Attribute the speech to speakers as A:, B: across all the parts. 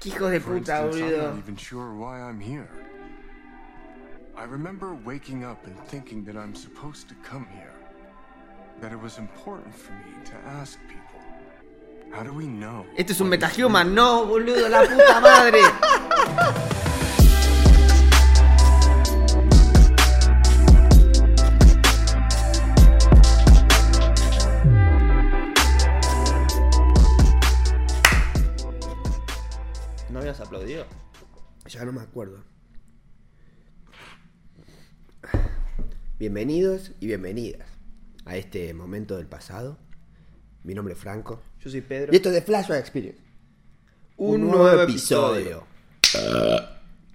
A: Qué hijos de
B: For
A: puta,
B: instance, I'm
A: boludo.
B: not even sure why I'm here. I remember waking up and thinking that I'm supposed to come here. That it was important for me to ask people. How do we know?
A: Este es un metahuman, no, boludo, la puta madre.
C: ¿No habías aplaudido?
A: Ya no me acuerdo.
D: Bienvenidos y bienvenidas a este momento del pasado. Mi nombre es Franco.
C: Yo soy Pedro.
D: Y esto es de Flashback Experience.
A: Un nuevo episodio.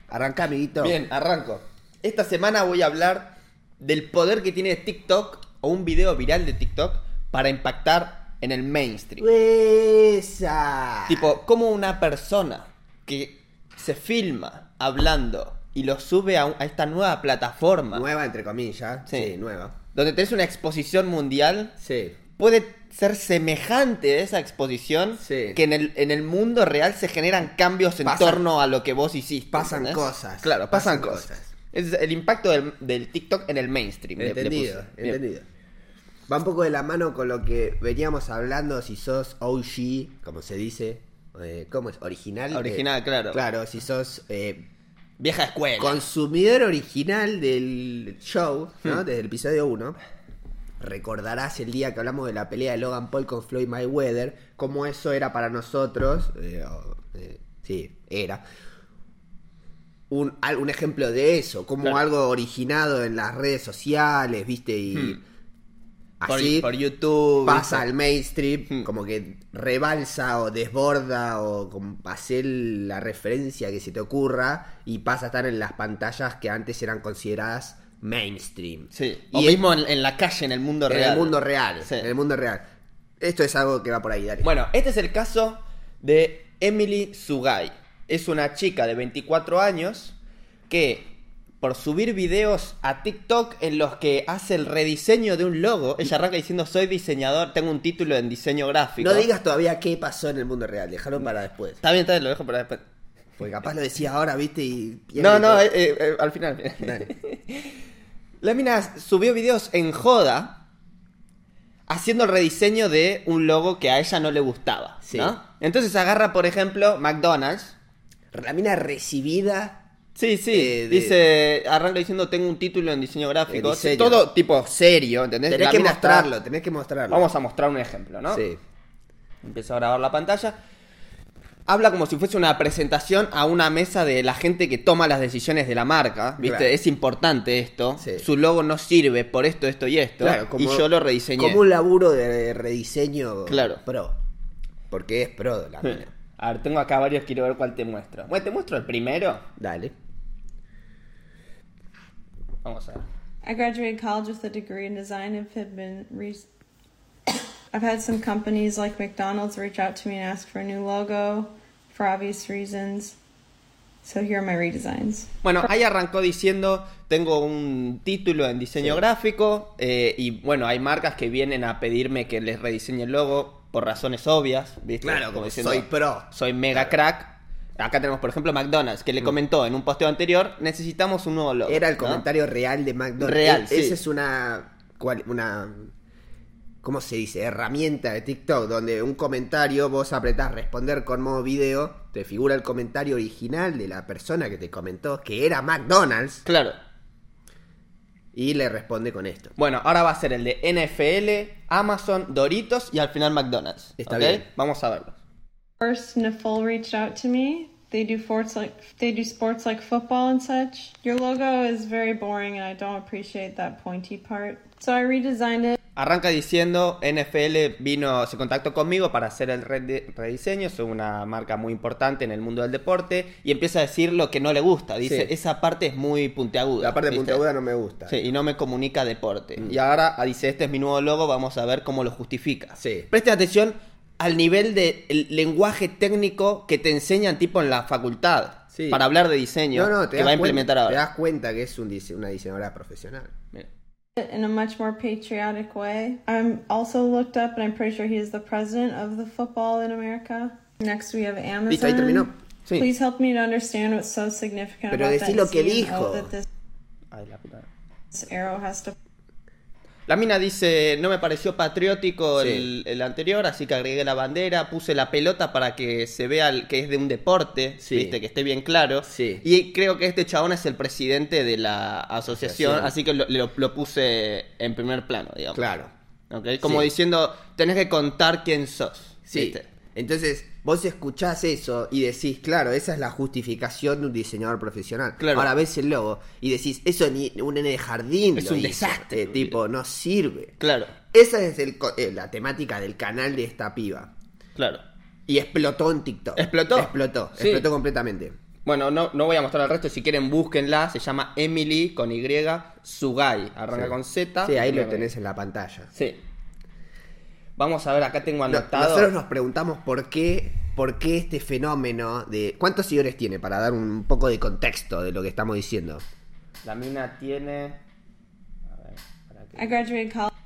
D: Arranca, amiguito.
C: Bien, arranco. Esta semana voy a hablar del poder que tiene TikTok o un video viral de TikTok para impactar en el mainstream.
D: ¡Esa!
C: Tipo, como una persona que se filma hablando y lo sube a, un- a esta nueva plataforma
D: Nueva, entre comillas.
C: Sí.
D: Sí, nueva.
C: donde tenés una exposición mundial
D: Sí.
C: puede ser semejante a esa exposición
D: Sí.
C: que en el, en el mundo real se generan cambios en
D: Pasan-
C: torno a lo que vos hiciste.
D: pasan cosas.
C: Claro, pasan,
D: Pasan
C: cosas.
D: cosas.
C: Ese Es el impacto del, del TikTok en el mainstream. le- le
D: Entendido,
C: puse. Bien.
D: entendido. Va un poco de la mano con lo que veníamos hablando, si sos OG, como se dice, eh, ¿cómo es? Original.
C: Original,
D: eh,
C: claro.
D: Claro, si sos eh,
C: Vieja escuela.
D: consumidor original del show,
C: Hmm.
D: ¿no? Desde el episodio 1. Recordarás el día que hablamos de la pelea de Logan Paul con Floyd Mayweather, cómo eso era para nosotros, eh, o, eh, sí, era, un, al- un ejemplo de eso, como
C: Claro.
D: algo originado en las redes sociales, ¿viste? Y
C: Hmm. por,
D: así
C: por YouTube.
D: pasa
C: ¿viste?
D: al mainstream,
C: Hmm.
D: como que rebalsa o desborda o como hace la referencia que se te ocurra y pasa a estar en las pantallas que antes eran consideradas mainstream.
C: Sí.
D: Y
C: O
D: en-
C: mismo en, en la calle, en el mundo
D: en
C: real.
D: el mundo real.
C: Sí.
D: En el mundo real. Esto es algo que va por ahí, dale.
C: Bueno, este es el caso de Emily Sugai. Es una chica de 24 años que por subir videos a TikTok en los que hace el rediseño de un logo, ella arranca diciendo soy diseñador, tengo un título en diseño gráfico.
D: no digas todavía qué pasó en el mundo real, déjalo para después.
C: Está bien, está bien, lo dejo para después.
D: Porque capaz lo decías ahora, viste, y... pierde
C: No, no,
D: todo.
C: eh, eh, eh, al final. al final. La mina subió videos en joda haciendo el rediseño de un logo que a ella no le gustaba.
D: Sí.
C: ¿no? Entonces agarra, por ejemplo, McDonald's.
D: La mina recibida...
C: Sí, sí.
D: Eh, de-
C: Dice, arranca diciendo, tengo un título en diseño gráfico.
D: En diseño.
C: Todo tipo serio, ¿entendés?
D: Tenés
C: La
D: que
C: mina está-
D: mostrarlo, tenés que mostrarlo.
C: Vamos a mostrar un ejemplo, ¿no?
D: Sí.
C: Empiezo a grabar la pantalla. Habla como si fuese una presentación a una mesa de la gente que toma las decisiones de la marca. ¿Viste?
D: Claro.
C: Es importante esto.
D: Sí.
C: Su logo no sirve por esto, esto y esto.
D: Claro, como-
C: y yo lo rediseñé.
D: Como un laburo de rediseño
C: Claro.
D: pro. Porque es pro de la mina.
C: A ver, tengo acá varios, quiero ver cuál te muestro. Bueno, te muestro el primero.
D: Dale.
C: Vamos a ver.
E: I graduated college with a degree in design and have been. Re- I've had some companies like McDonald's reach out to me and ask for a new logo for obvious reasons. So here are my redesigns.
C: Bueno, ahí arrancó diciendo, tengo un título en diseño gráfico eh, y bueno, hay marcas que vienen a pedirme que les rediseñe el logo por razones obvias, ¿viste?
D: Claro, como soy pro.
C: Soy mega crack. Acá tenemos, por ejemplo, McDonald's, que le comentó en un posteo anterior, necesitamos un nuevo logo.
D: Mm. Era el
C: ¿no?
D: comentario real de McDonald's.
C: Real,
D: E-
C: sí.
D: Esa es una. cual- una. ¿Cómo se dice? Herramienta de TikTok, donde un comentario vos apretás responder con modo video, te figura el comentario original de la persona que te comentó, que era McDonald's,
C: Claro.
D: y le responde con esto.
C: Bueno, ahora va a ser el de NFL, Amazon, Doritos y al final McDonald's.
D: Está
C: ¿ok?
D: bien.
C: Vamos a verlo.
E: First, Nafol reached out to me. They do sports like they do sports like football and such. Your logo is very boring, and I don't appreciate that pointy part. So I redesigned it.
C: Arranca diciendo, NFL vino, se contactó conmigo para hacer el redi- rediseño, soy una marca muy importante en el mundo del deporte, y empieza a decir lo que no le gusta, dice,
D: Sí.
C: esa parte es muy puntiaguda.
D: La parte de
C: ¿viste?
D: puntiaguda no me gusta.
C: Sí, y no me comunica deporte.
D: Mm.
C: Y ahora ah, dice, este es mi nuevo logo, vamos a ver cómo lo justifica.
D: Sí.
C: Presten atención al nivel de el lenguaje técnico que te enseñan tipo en la facultad,
D: Sí.
C: para hablar de diseño,
D: No, no, te
C: que
D: das
C: va a
D: cuen-
C: implementar
D: Te
C: ahora.
D: das cuenta que es un dise- una diseñadora profesional.
C: Mira.
E: in a much more patriotic way. I'm also looked up, and I'm pretty sure he is the president of the football in America. Next, we have Amazon.
D: Listo, ahí terminó. Sí.
E: Please help me to understand what's so significant
D: Pero
E: about
D: decí
E: that
D: lo que
E: C and O
D: dijo.
E: that this
C: Ay, la puta.
E: arrow has to
C: La mina dice, no me pareció patriótico
D: Sí.
C: el, el anterior, así que agregué la bandera, puse la pelota para que se vea el- que es de un deporte,
D: Sí.
C: ¿viste? que esté bien claro.
D: Sí.
C: Y creo que este chabón es el presidente de la asociación,
D: Asociación.
C: así que lo, lo- lo puse en primer plano, digamos.
D: Claro.
C: ¿Ok? Como
D: Sí.
C: diciendo, tenés que contar quién sos.
D: Sí.
C: ¿viste?
D: Entonces, vos escuchás eso y decís, claro, esa es la justificación de un diseñador profesional.
C: Claro.
D: Ahora ves el logo y decís, eso ni un nene de jardín.
C: Es
D: lo
C: un
D: hizo.
C: desastre,
D: Eh, tipo, no sirve.
C: Claro,
D: Esa es el co- eh, la temática del canal de esta piba.
C: claro.
D: Y explotó en TikTok.
C: ¿Explotó?
D: Explotó.
C: Sí.
D: Explotó completamente.
C: Bueno, no, no voy a mostrar el resto, si quieren búsquenla, se llama Emily con Y, Sugai, arranca
D: Sí.
C: con Z.
D: Sí, ahí lo
C: Luego-
D: tenés en la pantalla.
C: Sí. Vamos a ver, acá tengo
D: No-
C: anotado.
D: nosotros nos preguntamos por qué, por qué este fenómeno de... ¿Cuántos seguidores tiene? Para dar un poco de contexto de lo que estamos diciendo.
C: La mina tiene. A ver, para que-
E: I graduated college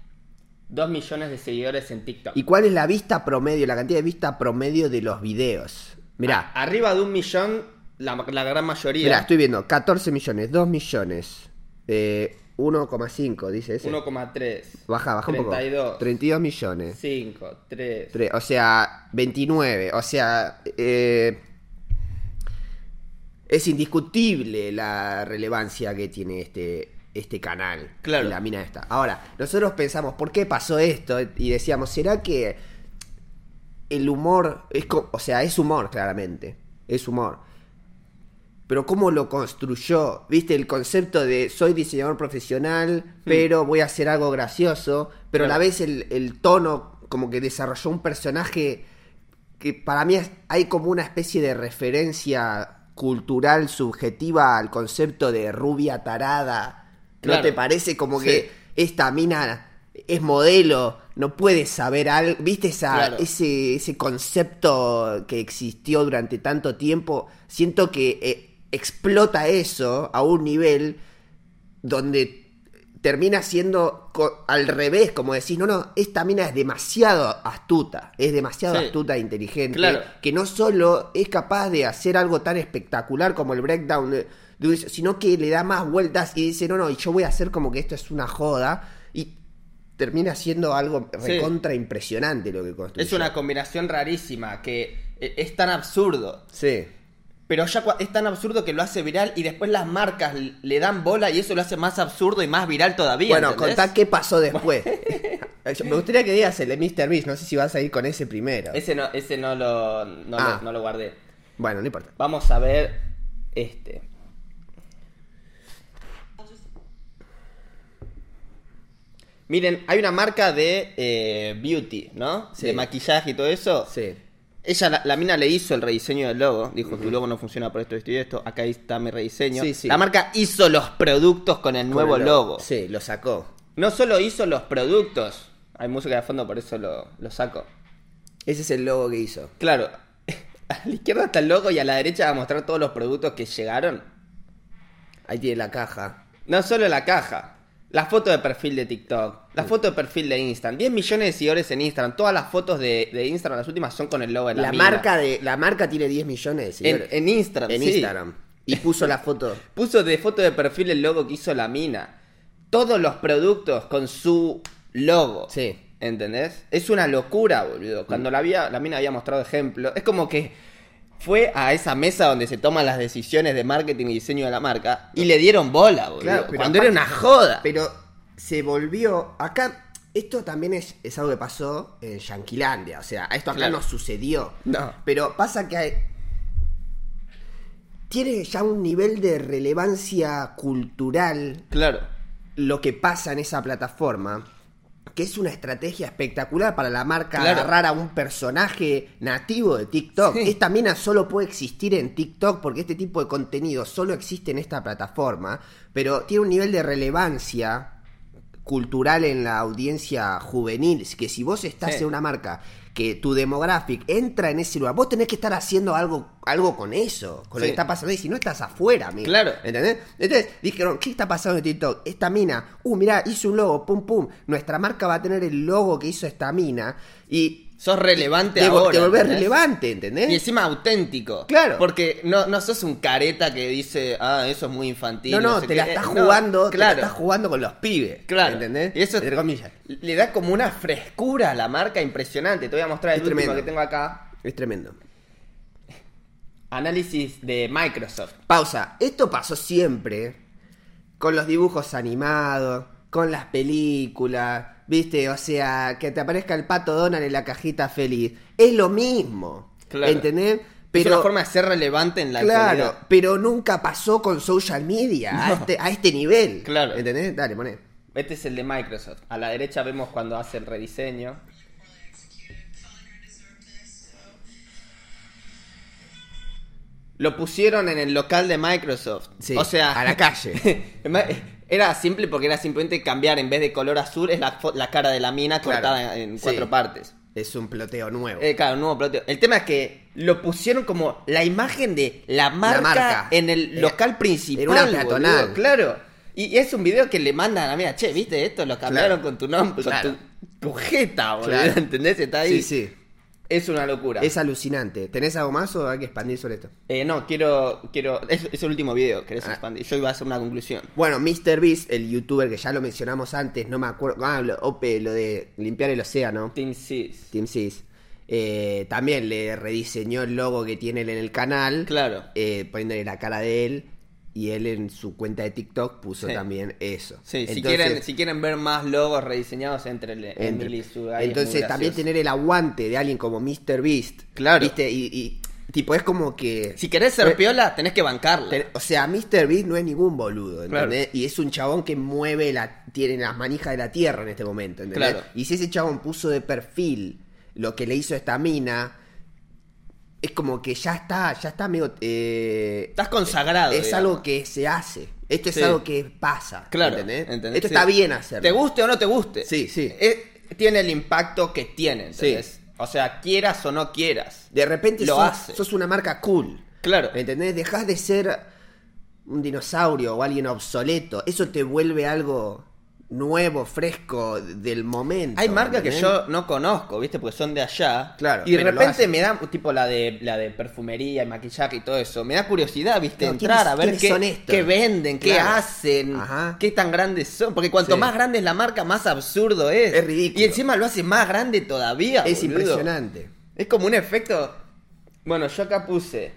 C: Dos millones de seguidores en TikTok.
D: ¿Y cuál es la vista promedio, la cantidad de vista promedio de los videos? Mirá,
C: Arriba de un millón, la, la gran mayoría.
D: mirá, estoy viendo 14 millones, 2 millones, eh, 1,5 dice ese.
C: 1,3.
D: Baja, baja un
C: 32.
D: poco. 32 millones.
C: 5, 3.
D: Tre- O sea, 29. O sea, eh, es indiscutible la relevancia que tiene este, este canal.
C: Claro.
D: y La mina esta. Ahora, nosotros pensamos, ¿por qué pasó esto? Y decíamos, ¿será que el humor... Es co- o sea, es humor, claramente. Es humor. Pero cómo lo construyó, viste, el concepto de soy diseñador profesional, pero voy a hacer algo gracioso, pero a la
C: Hmm. Claro.
D: vez el, el tono como que desarrolló un personaje que para mí es- hay como una especie de referencia cultural subjetiva al concepto de rubia tarada. ¿No
C: Claro.
D: te parece como
C: Sí.
D: que esta mina es modelo, no puede saber algo? ¿Viste esa,
C: Claro.
D: ese, ese concepto que existió durante tanto tiempo? Siento que eh, explota eso a un nivel donde termina siendo co- al revés, como decís, no, no, esta mina es demasiado astuta, es demasiado
C: Sí.
D: astuta e inteligente,
C: Claro.
D: que no solo es capaz de hacer algo tan espectacular como el breakdown, de- de un- sino que le da más vueltas y dice, no, no, y yo voy a hacer como que esto es una joda, y termina siendo algo recontra impresionante lo que construye.
C: Es una combinación rarísima que eh, es tan absurdo.
D: Sí,
C: Pero ya cua- es tan absurdo que lo hace viral y después las marcas l- le dan bola y eso lo hace más absurdo y más viral todavía.
D: bueno,
C: ¿entendés?
D: contá qué pasó después. Yo- Me gustaría que digas el de Mr. Beast, no sé si vas a ir con ese primero.
C: Ese no, ese no, lo, no,
D: Ah.
C: lo, no lo guardé.
D: Bueno, no importa.
C: Vamos a ver este. Miren, hay una marca de eh, beauty, ¿no?
D: Sí.
C: De maquillaje y todo eso.
D: Sí.
C: Ella, la, la mina le hizo el rediseño del logo. Dijo, tu logo no funciona por esto, esto y esto. Acá está mi rediseño.
D: Sí, sí.
C: La marca hizo los productos con el nuevo
D: Con el
C: logo.
D: Sí, lo sacó.
C: No solo hizo los productos. Hay música de fondo, por eso lo, lo saco.
D: Ese es el logo que hizo.
C: Claro. A la izquierda está el logo y a la derecha va a mostrar todos los productos que llegaron.
D: Ahí tiene la caja.
C: No solo la caja. La foto de perfil de TikTok. La foto de perfil de Instagram. 10 millones de seguidores en Instagram. Todas las fotos de, de Instagram, las últimas, son con el logo de la,
D: La
C: mina.
D: marca, de, la marca tiene 10 millones de
C: En,
D: seguidores.
C: en Instagram,
D: En
C: sí.
D: Instagram. Y puso la foto.
C: Puso de foto de perfil el logo que hizo la mina. Todos los productos con su logo.
D: Sí.
C: ¿Entendés? Es una locura, boludo. Cuando la, había, la mina había mostrado ejemplo, es como que fue a esa mesa donde se toman las decisiones de marketing y diseño de la marca y le dieron bola, boludo.
D: Claro, pero
C: cuando era una
D: aparte-
C: joda.
D: Pero se volvió. Acá. Esto también es, es algo que pasó en Yanquilandia. O sea, esto acá
C: Claro.
D: no sucedió.
C: No.
D: Pero pasa que hay- tiene ya un nivel de relevancia cultural
C: Claro.
D: lo que pasa en esa plataforma, que es una estrategia espectacular para la marca
C: Claro.
D: agarrar a un personaje nativo de TikTok.
C: Sí.
D: Esta mina solo puede existir en TikTok porque este tipo de contenido solo existe en esta plataforma, pero tiene un nivel de relevancia cultural en la audiencia juvenil, que si vos estás
C: Sí.
D: en una marca que tu demographic entra en ese lugar, vos tenés que estar haciendo algo, algo con eso, con lo
C: Sí.
D: que está pasando, y si no estás afuera, amigo.
C: Claro.
D: ¿Entendés? Entonces dijeron, ¿qué está pasando en TikTok? Esta mina, uh, mirá, hizo un logo, pum, pum. Nuestra marca va a tener el logo que hizo esta mina. Y
C: Sos relevante
D: Te,
C: ahora.
D: te volvés
C: ¿entendés?
D: relevante,
C: Y
D: ¿entendés?
C: encima auténtico.
D: Claro.
C: Porque no, no sos un careta que dice, ah, eso es muy infantil.
D: No, no,
C: sé
D: te
C: qué".
D: la estás
C: Eh, no,
D: jugando, te la
C: claro.
D: estás jugando con los pibes.
C: Claro.
D: ¿Entendés?
C: Y eso-
D: Entre comillas.
C: Le da como una frescura a la marca impresionante. Te voy a mostrar el
D: Es
C: último
D: tremendo.
C: que tengo acá.
D: Es tremendo.
C: Análisis de Microsoft.
D: Pausa. Esto pasó siempre con los dibujos animados, con las películas, ¿viste? O sea, que te aparezca el pato Donald en la cajita feliz. Es lo mismo.
C: Claro.
D: ¿Entendés?
C: Pero, es una forma de ser relevante en la
D: claro,
C: actualidad.
D: pero nunca pasó con social media a, este, a este nivel.
C: Claro.
D: ¿Entendés? Dale, poné.
C: Este es el de Microsoft. A la derecha vemos cuando hace el rediseño. Lo pusieron en el local de Microsoft.
D: Sí,
C: o sea,
D: a la calle.
C: Era simple porque era simplemente cambiar en vez de color azul es la, fo- la cara de la mina
D: Claro,
C: cortada en
D: sí.
C: cuatro partes.
D: es un ploteo nuevo.
C: Eh, claro, nuevo ploteo. El tema es que lo pusieron como la imagen de la marca,
D: marca.
C: en el
D: Era-
C: local principal.
D: era una
C: boludo,
D: peatonal.
C: claro. Y y es un video que le mandan a mira, che, viste esto, lo cambiaron
D: Claro.
C: con tu nombre,
D: Claro.
C: con tu, tu jeta, boludo.
D: Claro.
C: ¿Entendés? Está
D: sí,
C: ahí.
D: sí.
C: Es una locura.
D: Es alucinante. ¿Tenés algo más o hay que expandir sobre esto?
C: Eh, no, quiero. quiero es, es el último video, querés
D: Ah.
C: expandir. Yo iba a hacer una conclusión.
D: Bueno, Mr. Beast, el youtuber que ya lo mencionamos antes, no me acuerdo. Ah, lo, Ope, lo de limpiar el océano.
C: Team Sis.
D: Team Sis. Eh, también le rediseñó el logo que tiene él en el canal.
C: Claro.
D: eh, poniéndole la cara de él. Y él en su cuenta de TikTok puso
C: Sí.
D: también eso.
C: Sí, si,
D: Entonces-
C: quieren, si quieren ver más logos rediseñados entre el
D: entre-
C: Emily y Sugai, es muy
D: Entonces también
C: gracioso.
D: tener el aguante de alguien como Mr. Beast.
C: Claro.
D: ¿viste? Y, y, tipo, es como que.
C: Si querés ser
D: Pero-
C: piola, tenés que bancarla.
D: Ten- O sea, Mr. Beast no es ningún boludo,
C: Claro.
D: ¿entendés? Y es un chabón que mueve la, tiene las manijas de la tierra en este momento, ¿entendés?
C: Claro.
D: Y si ese chabón puso de perfil lo que le hizo esta mina, es como que ya está, ya está medio. eh,
C: Estás consagrado.
D: es
C: digamos.
D: algo que se hace. Esto es
C: Sí.
D: algo que pasa.
C: Claro.
D: ¿entendés?
C: ¿entendés?
D: Esto
C: Sí.
D: está bien hacerlo.
C: Te guste o no te guste.
D: Sí, sí.
C: Es- tiene el impacto que tiene.
D: Sí.
C: ¿entendés? O sea, quieras o no quieras.
D: De repente
C: Lo
D: sos,
C: hace.
D: sos una marca cool.
C: Claro.
D: ¿Entendés? Dejás de ser un dinosaurio o alguien obsoleto. Eso te vuelve algo nuevo, fresco, del momento.
C: Hay marcas que
D: ¿entendés?
C: yo no conozco, ¿viste? Porque son de allá.
D: Claro,
C: Y de
D: pero lo
C: repente
D: hacen.
C: me da, tipo la de la de perfumería y maquillaje y todo eso. Me da curiosidad, ¿viste?
D: Claro,
C: Entrar a
D: ¿quiénes-
C: ver
D: quiénes
C: qué,
D: son estos?
C: qué venden, qué
D: Claro.
C: hacen,
D: Ajá.
C: qué tan grandes son. Porque cuanto
D: Sí.
C: más grande es la marca, más absurdo es.
D: Es ridículo.
C: Y encima lo hace más grande todavía.
D: Es
C: boludo.
D: impresionante.
C: Es como un efecto. Bueno, yo acá puse.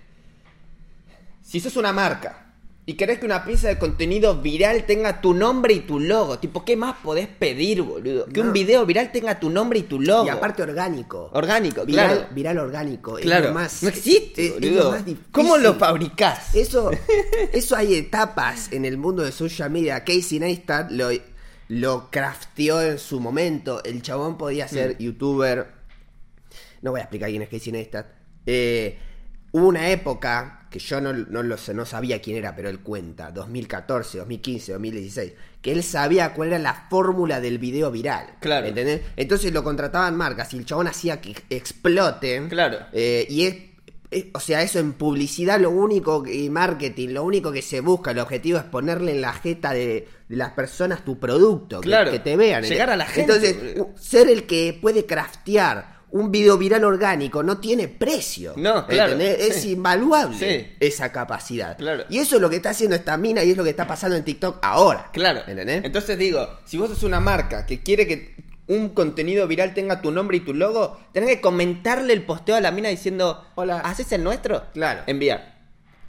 C: Si sos una marca y querés que una pieza de contenido viral tenga tu nombre y tu logo, tipo, ¿qué más podés pedir, boludo? Que un
D: No.
C: video viral tenga tu nombre y tu logo.
D: Y aparte orgánico.
C: Orgánico,
D: viral,
C: claro.
D: viral orgánico. es
C: claro,
D: lo más-
C: no existe,
D: es- es lo
C: boludo.
D: más difícil.
C: ¿Cómo lo fabricás?
D: Eso, eso hay etapas en el mundo de social media. Casey Neistat lo, lo crafteó en su momento. El chabón podía ser youtuber. No voy a explicar quién es Casey Neistat. Eh, hubo una época que yo no, no lo sé, no sabía quién era, pero él cuenta. 2014, 2015, 2016. Que él sabía cuál era la fórmula del video viral.
C: Claro.
D: ¿Entendés? Entonces lo contrataban marcas y el chabón hacía que exploten.
C: Claro.
D: Eh, y es, es- o sea, eso en publicidad lo único que- y marketing, lo único que se busca, el objetivo es ponerle en la jeta de, de las personas tu producto, que-
C: Claro.
D: que, te vean.
C: Llegar a la gente.
D: Entonces, u- ser el que puede craftear un video viral orgánico no tiene precio.
C: No, claro,
D: ¿entendés? Es
C: sí.
D: invaluable
C: Sí.
D: esa capacidad.
C: Claro.
D: Y eso es lo que está haciendo esta mina y es lo que está pasando en TikTok ahora.
C: Claro.
D: ¿entendés?
C: Entonces digo, si vos sos una marca que quiere que un contenido viral tenga tu nombre y tu logo, tenés que comentarle el posteo a la mina diciendo,
D: Hola.
C: ¿haces el nuestro?
D: Claro.
C: Enviar.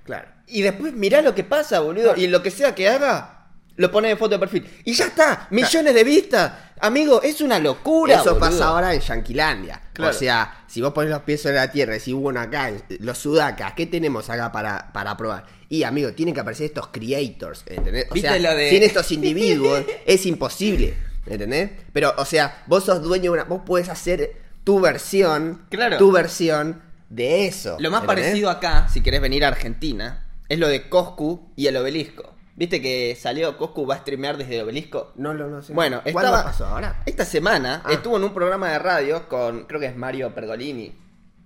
D: claro.
C: Y después mirá lo que pasa, boludo. Y lo que sea que haga, lo pone en foto de perfil. Y ya está, millones de vistas. Amigo, es una locura.
D: Eso
C: boludo.
D: pasa ahora en Yanquilandia.
C: Claro.
D: O sea, si vos pones los pies sobre la tierra y si bueno acá, eh, los sudacas, ¿qué tenemos acá para, para probar? Y amigo, tienen que aparecer estos creators, ¿entendés? O
C: ¿Viste
D: sea,
C: lo de-
D: sin estos individuos es imposible, ¿entendés? Pero, o sea, vos sos dueño de una. Vos podés hacer tu versión.
C: Claro.
D: Tu versión de eso.
C: Lo más
D: ¿entendés?
C: parecido acá, si querés venir a Argentina, es lo de Coscu y el obelisco. ¿Viste que salió Coscu va a streamear desde el obelisco?
D: No, no, no sé.
C: Bueno,
D: ¿Cuándo
C: estaba-
D: pasó ahora?
C: Esta semana
D: Ah.
C: estuvo en un programa de radio con, creo que es Mario Pergolini.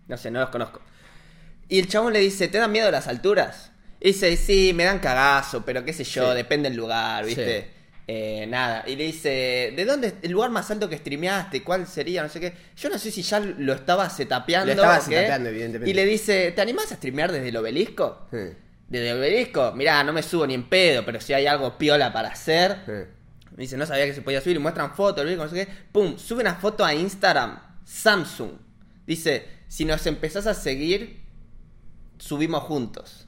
C: No sé, no los conozco. Y el chabón le dice, ¿te dan miedo las alturas? Y dice, sí, me dan cagazo, pero qué sé yo,
D: Sí.
C: depende del lugar, ¿viste? Eh, nada, y le dice, ¿de dónde el lugar más alto que streameaste? ¿Cuál sería? No sé qué. Yo no sé si ya lo estaba setapeando.
D: Lo estaba
C: o qué.
D: setapeando, evidentemente.
C: Y le dice, ¿te animás a streamear desde el obelisco?
D: Sí.
C: Desde el obelisco, mirá, no me subo ni en pedo, pero si hay algo piola para hacer. Me Dice, no sabía que se podía subir, y muestran fotos, no sé qué. Pum, sube una foto a Instagram, Samsung. Dice, si nos empezás a seguir, subimos juntos.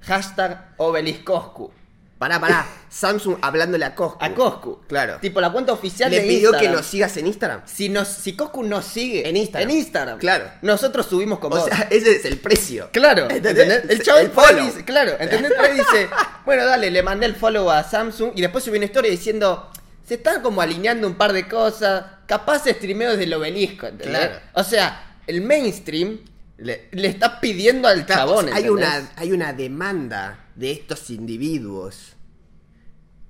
C: Hashtag obeliscoscu.
D: Pará, pará. Samsung hablándole a Coscu.
C: A Coscu.
D: Uh. Claro.
C: Tipo la cuenta oficial
D: Le
C: de
D: pidió
C: Instagram.
D: que nos sigas en Instagram.
C: Si, nos, si Coscu nos sigue.
D: En Instagram.
C: En Instagram.
D: Claro.
C: Nosotros subimos con
D: O
C: vos.
D: sea, ese es el precio.
C: Claro,
D: ¿Entendés?
C: ¿entendés? El
D: Se-
C: chabón
D: el
C: por ahí
D: follow.
C: dice, claro, ¿entendés? Por ahí dice, bueno, dale, le mandé el follow a Samsung y después subí una historia diciendo, se están como alineando un par de cosas, capaz streameo desde el obelisco, ¿entendés?
D: Claro.
C: O sea, el mainstream le, le está pidiendo al
D: Claro,
C: chabón,
D: hay,
C: ¿entendés?
D: una, hay una demanda de estos individuos,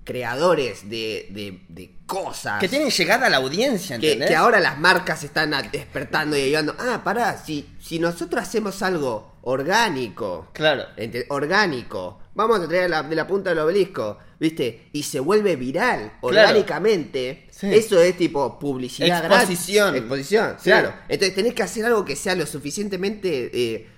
D: creadores de, de- de cosas,
C: Que tienen llegada a la audiencia,
D: que,
C: ¿entendés?
D: que ahora las marcas están a- despertando y ayudando. Ah, pará, si, si nosotros hacemos algo orgánico,
C: Claro.
D: ente- orgánico, vamos a traer la- de la punta del obelisco, ¿viste? Y se vuelve viral orgánicamente,
C: Sí.
D: eso es tipo publicidad gratis.
C: Exposición.
D: Exposición,
C: Sí.
D: claro. Entonces tenés que hacer algo que sea lo suficientemente... eh,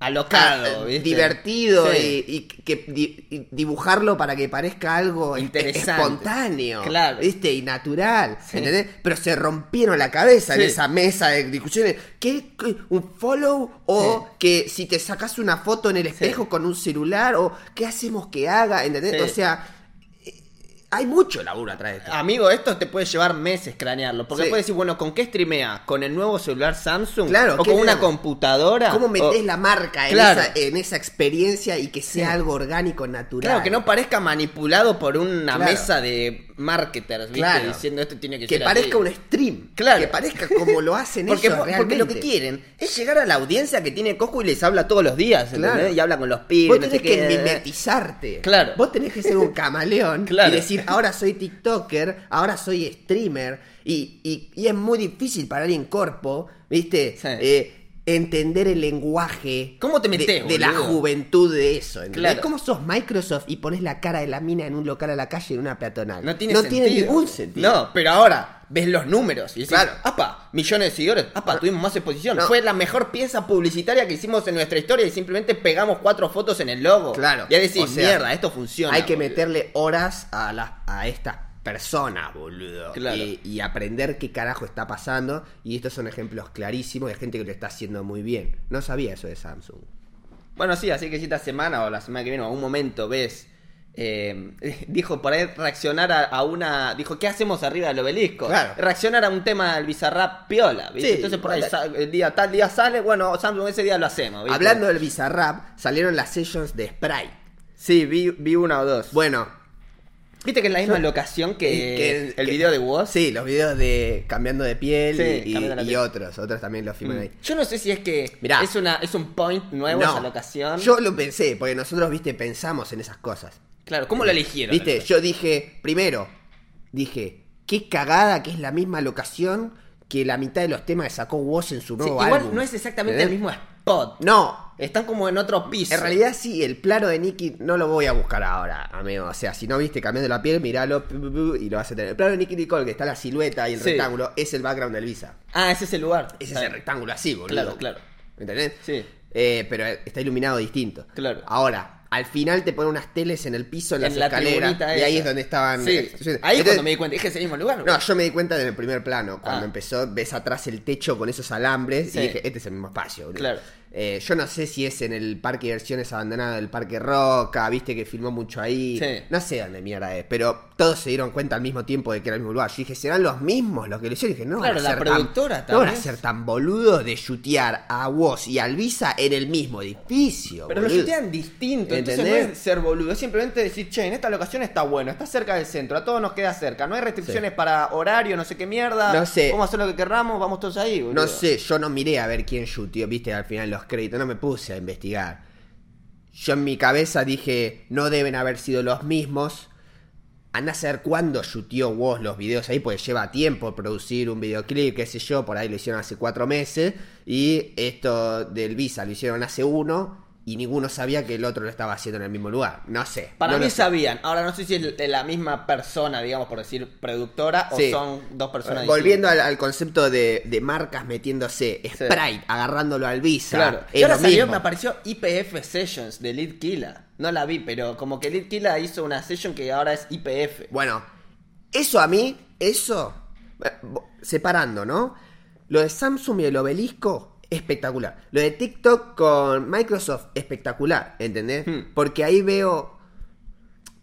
C: Alocado,
D: Ah,
C: ¿viste?
D: divertido
C: Sí.
D: y, y que di- y dibujarlo para que parezca algo es-
C: Interesante.
D: espontáneo,
C: Claro.
D: ¿viste? Y natural,
C: Sí.
D: ¿entendés? Pero se rompieron la cabeza en
C: Sí.
D: esa mesa de discusiones. ¿Qué, qué- un follow o que si te sacas una foto en el espejo con un celular o qué hacemos que haga, ¿entendés?
C: Sí.
D: O sea, eh, hay mucho laburo atrás de esto.
C: Amigo, esto te puede llevar meses cranearlo. Porque
D: Sí.
C: puedes decir, bueno, ¿con qué streamea? ¿Con el nuevo celular Samsung?
D: Claro,
C: ¿O
D: ¿qué
C: con una
D: hacemos?
C: computadora?
D: ¿Cómo
C: ¿O-
D: metés la marca en,
C: Claro.
D: esa, en esa experiencia y que sea
C: Sí.
D: algo orgánico, natural?
C: Claro, que no parezca manipulado por una
D: Claro.
C: mesa de marketers, ¿viste?
D: Claro.
C: Diciendo esto tiene que,
D: que
C: ser
D: parezca
C: así".
D: un stream.
C: Claro.
D: Que parezca como lo hacen
C: porque,
D: ellos
C: po- porque
D: realmente.
C: lo que quieren es llegar a la audiencia que tiene Coscu y les habla todos los días, ¿entendés?
D: Claro.
C: Y habla con los pibes,
D: Vos
C: no
D: tenés
C: sé
D: que
C: qué.
D: mimetizarte.
C: Claro.
D: Vos tenés que ser un camaleón
C: Claro.
D: y decir, ahora soy TikToker, ahora soy streamer. Y, y- y es muy difícil para alguien corpo, ¿viste?
C: Sí.
D: Eh, entender el lenguaje
C: ¿Cómo te metés,
D: de, de la
C: boludo?
D: juventud de eso. ¿entendés?
C: Claro.
D: ¿Cómo sos Microsoft y pones la cara de la mina en un local a la calle en una peatonal?
C: No tiene sentido.
D: tiene ningún sentido.
C: No, pero ahora ves los números y decís,
D: Claro. Ah.
C: apa, millones de seguidores, apa, tuvimos más exposición.
D: No.
C: Fue la mejor pieza publicitaria que hicimos en nuestra historia y simplemente pegamos cuatro fotos en el logo.
D: Claro.
C: Y ahí decís,
D: O sea,
C: mierda, esto funciona.
D: Hay que
C: boludo".
D: meterle horas a, las a estas personas, boludo.
C: Claro.
D: Y, y aprender qué carajo está pasando. Y estos son ejemplos clarísimos de gente que lo está haciendo muy bien. No sabía eso de Samsung.
C: Bueno, sí, así que si esta semana o la semana que viene o algún momento ves. eh, dijo por ahí reaccionar a, a una. Dijo, ¿qué hacemos arriba del obelisco?
D: Claro.
C: Reaccionar a un tema del bizarrap piola, ¿viste?
D: Sí,
C: Entonces por ahí
D: vale.
C: sa- el día, tal día sale, bueno, Samsung ese día lo hacemos, ¿viste?
D: Hablando del Bizarrap, salieron las sessions de Sprite.
C: Sí, vi, vi una o dos.
D: Bueno,
C: ¿Viste que es la misma locación que,
D: que-
C: el
D: que-
C: video de Woz?
D: sí, los videos de Cambiando de Piel
C: Sí,
D: y,
C: Cambiando la
D: y
C: Piel.
D: otros. Otros también los filman ahí.
C: Mm. Yo no sé si es que
D: Mirá.
C: es una es un point nuevo
D: No,
C: esa locación.
D: Yo lo pensé, porque nosotros, viste, pensamos en esas cosas.
C: Claro, ¿cómo lo eligieron?
D: Viste, yo dije, primero, dije, qué cagada que es la misma locación que la mitad de los temas que sacó Woz en su
C: Sí,
D: nuevo
C: igual
D: álbum.
C: no es exactamente el
D: ¿Entendés?
C: mismo spot.
D: No,
C: Están como en otro piso.
D: en realidad sí, el plano de Nicky no lo voy a buscar ahora, amigo. O sea, si no viste cambiando la piel, miralo pu, pu, pu, y lo vas a tener. El plano de Nicky Nicole, que está la silueta y el
C: Sí.
D: rectángulo, es el background del Visa.
C: Ah, ese es el lugar.
D: Ese
C: Está
D: es el
C: bien.
D: rectángulo así, boludo.
C: Claro, claro.
D: ¿Entendés?
C: Sí.
D: Eh, pero está iluminado distinto.
C: Claro.
D: Ahora, al final te ponen unas teles en el piso, en las
C: En la
D: escaleras.
C: tribunita
D: y ahí
C: esa.
D: es donde estaban.
C: Sí.
D: eh,
C: Ahí
D: Entonces-
C: cuando me di cuenta, dije es el mismo lugar.
D: No, yo me di cuenta en el primer plano. Cuando
C: Ah.
D: empezó, ves atrás el techo con esos alambres
C: Sí.
D: y dije, este es el mismo espacio, boludo".
C: Claro.
D: Eh, yo no sé si es en el parque de versiones abandonado del Parque Roca, viste que filmó mucho ahí.
C: Sí.
D: No sé dónde mierda es, pero todos se dieron cuenta al mismo tiempo de que era el mismo lugar. Yo dije, serán los mismos los que lo hicieron. Y dije, no,
C: Claro,
D: van a
C: la
D: ser
C: productora
D: tan, no van a
C: también.
D: ser tan boludos de chutear a vos y al Visa en el mismo edificio.
C: Pero lo
D: boludo.
C: chutean distinto, entonces
D: ¿Entendés?
C: no es ser boludo, es simplemente decir, che, en esta locación está bueno, está cerca del centro, a todos nos queda cerca, no hay restricciones para horario, no sé qué mierda,
D: No sé.
C: vamos a hacer lo que querramos, vamos todos ahí, boludo.
D: No sé, yo no miré a ver quién shootió, viste, al final los créditos, no me puse a investigar. Yo en mi cabeza dije, no deben haber sido los mismos. Andá a saber cuándo shootió vos los videos ahí, porque lleva tiempo producir un videoclip, qué sé yo, por ahí lo hicieron hace cuatro meses. Y esto del Visa lo hicieron hace uno. y ninguno sabía que el otro lo estaba haciendo en el mismo lugar. No sé.
C: Para
D: no
C: mí
D: lo sé.
C: sabían. Ahora no sé si es de la misma persona, digamos, por decir productora,
D: Sí.
C: o son dos personas
D: Volviendo al, al concepto de, de marcas metiéndose Sprite, agarrándolo al Visa.
C: Claro.
D: es
C: Y ahora
D: lo
C: salió,
D: mismo.
C: me apareció IPF Sessions de Lead Killa. No la vi, pero como que Lead Killa hizo una session que ahora es IPF.
D: Bueno, eso a mí, eso, eh, bo- separando, ¿no? Lo de Samsung y el obelisco, espectacular. Lo de TikTok con Microsoft, espectacular, ¿entendés?
C: Hmm.
D: Porque ahí veo,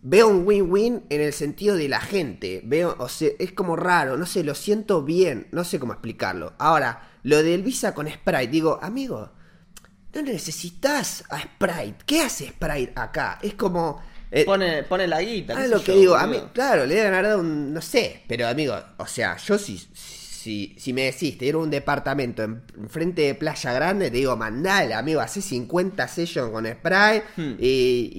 D: veo un win-win en el sentido de la gente. Veo, o sea, es como raro, no sé, lo siento bien, no sé cómo explicarlo. Ahora, lo del Visa con Sprite, digo, amigo, no necesitas a Sprite. ¿Qué hace Sprite acá? Es como... eh,
C: Pone, pone la guita. qué
D: Ah,
C: sé
D: lo que
C: yo,
D: digo, a mí,
C: boludo.
D: claro, le deben haber dado un. No sé, pero amigo, o sea, yo si, si, si me decís, te dieron un departamento en, frente de Playa Grande, te digo, mandale, amigo, haces 50 sessions con spray
C: Hmm.
D: y,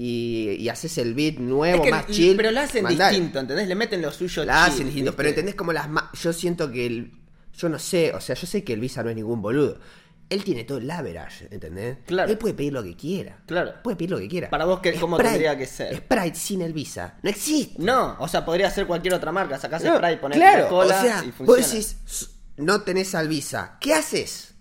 D: y, y haces el beat
C: Es
D: nuevo,
C: que-
D: más
C: y-
D: chill.
C: pero la hacen
D: mandale.
C: distinto, ¿entendés? Le meten lo suyo
D: La
C: chill,
D: hacen distinto,
C: ¿viste?
D: pero entendés como las. ma- Yo siento que el. Yo no sé, o sea, yo sé que el Visa no es ningún boludo. Él tiene todo el leverage, ¿entendés?
C: Claro.
D: Él puede pedir lo que quiera.
C: Claro.
D: Puede pedir lo que quiera.
C: Para vos, ¿qué- cómo
D: Sprite-
C: tendría que ser?
D: Sprite sin el Visa. No existe.
C: No, o sea, podría ser cualquier otra marca. Sacás
D: No,
C: spray, ponés
D: claro,
C: la cola
D: o sea,
C: y funciona.
D: vos decís, "S- no tenés al Visa, ¿qué haces?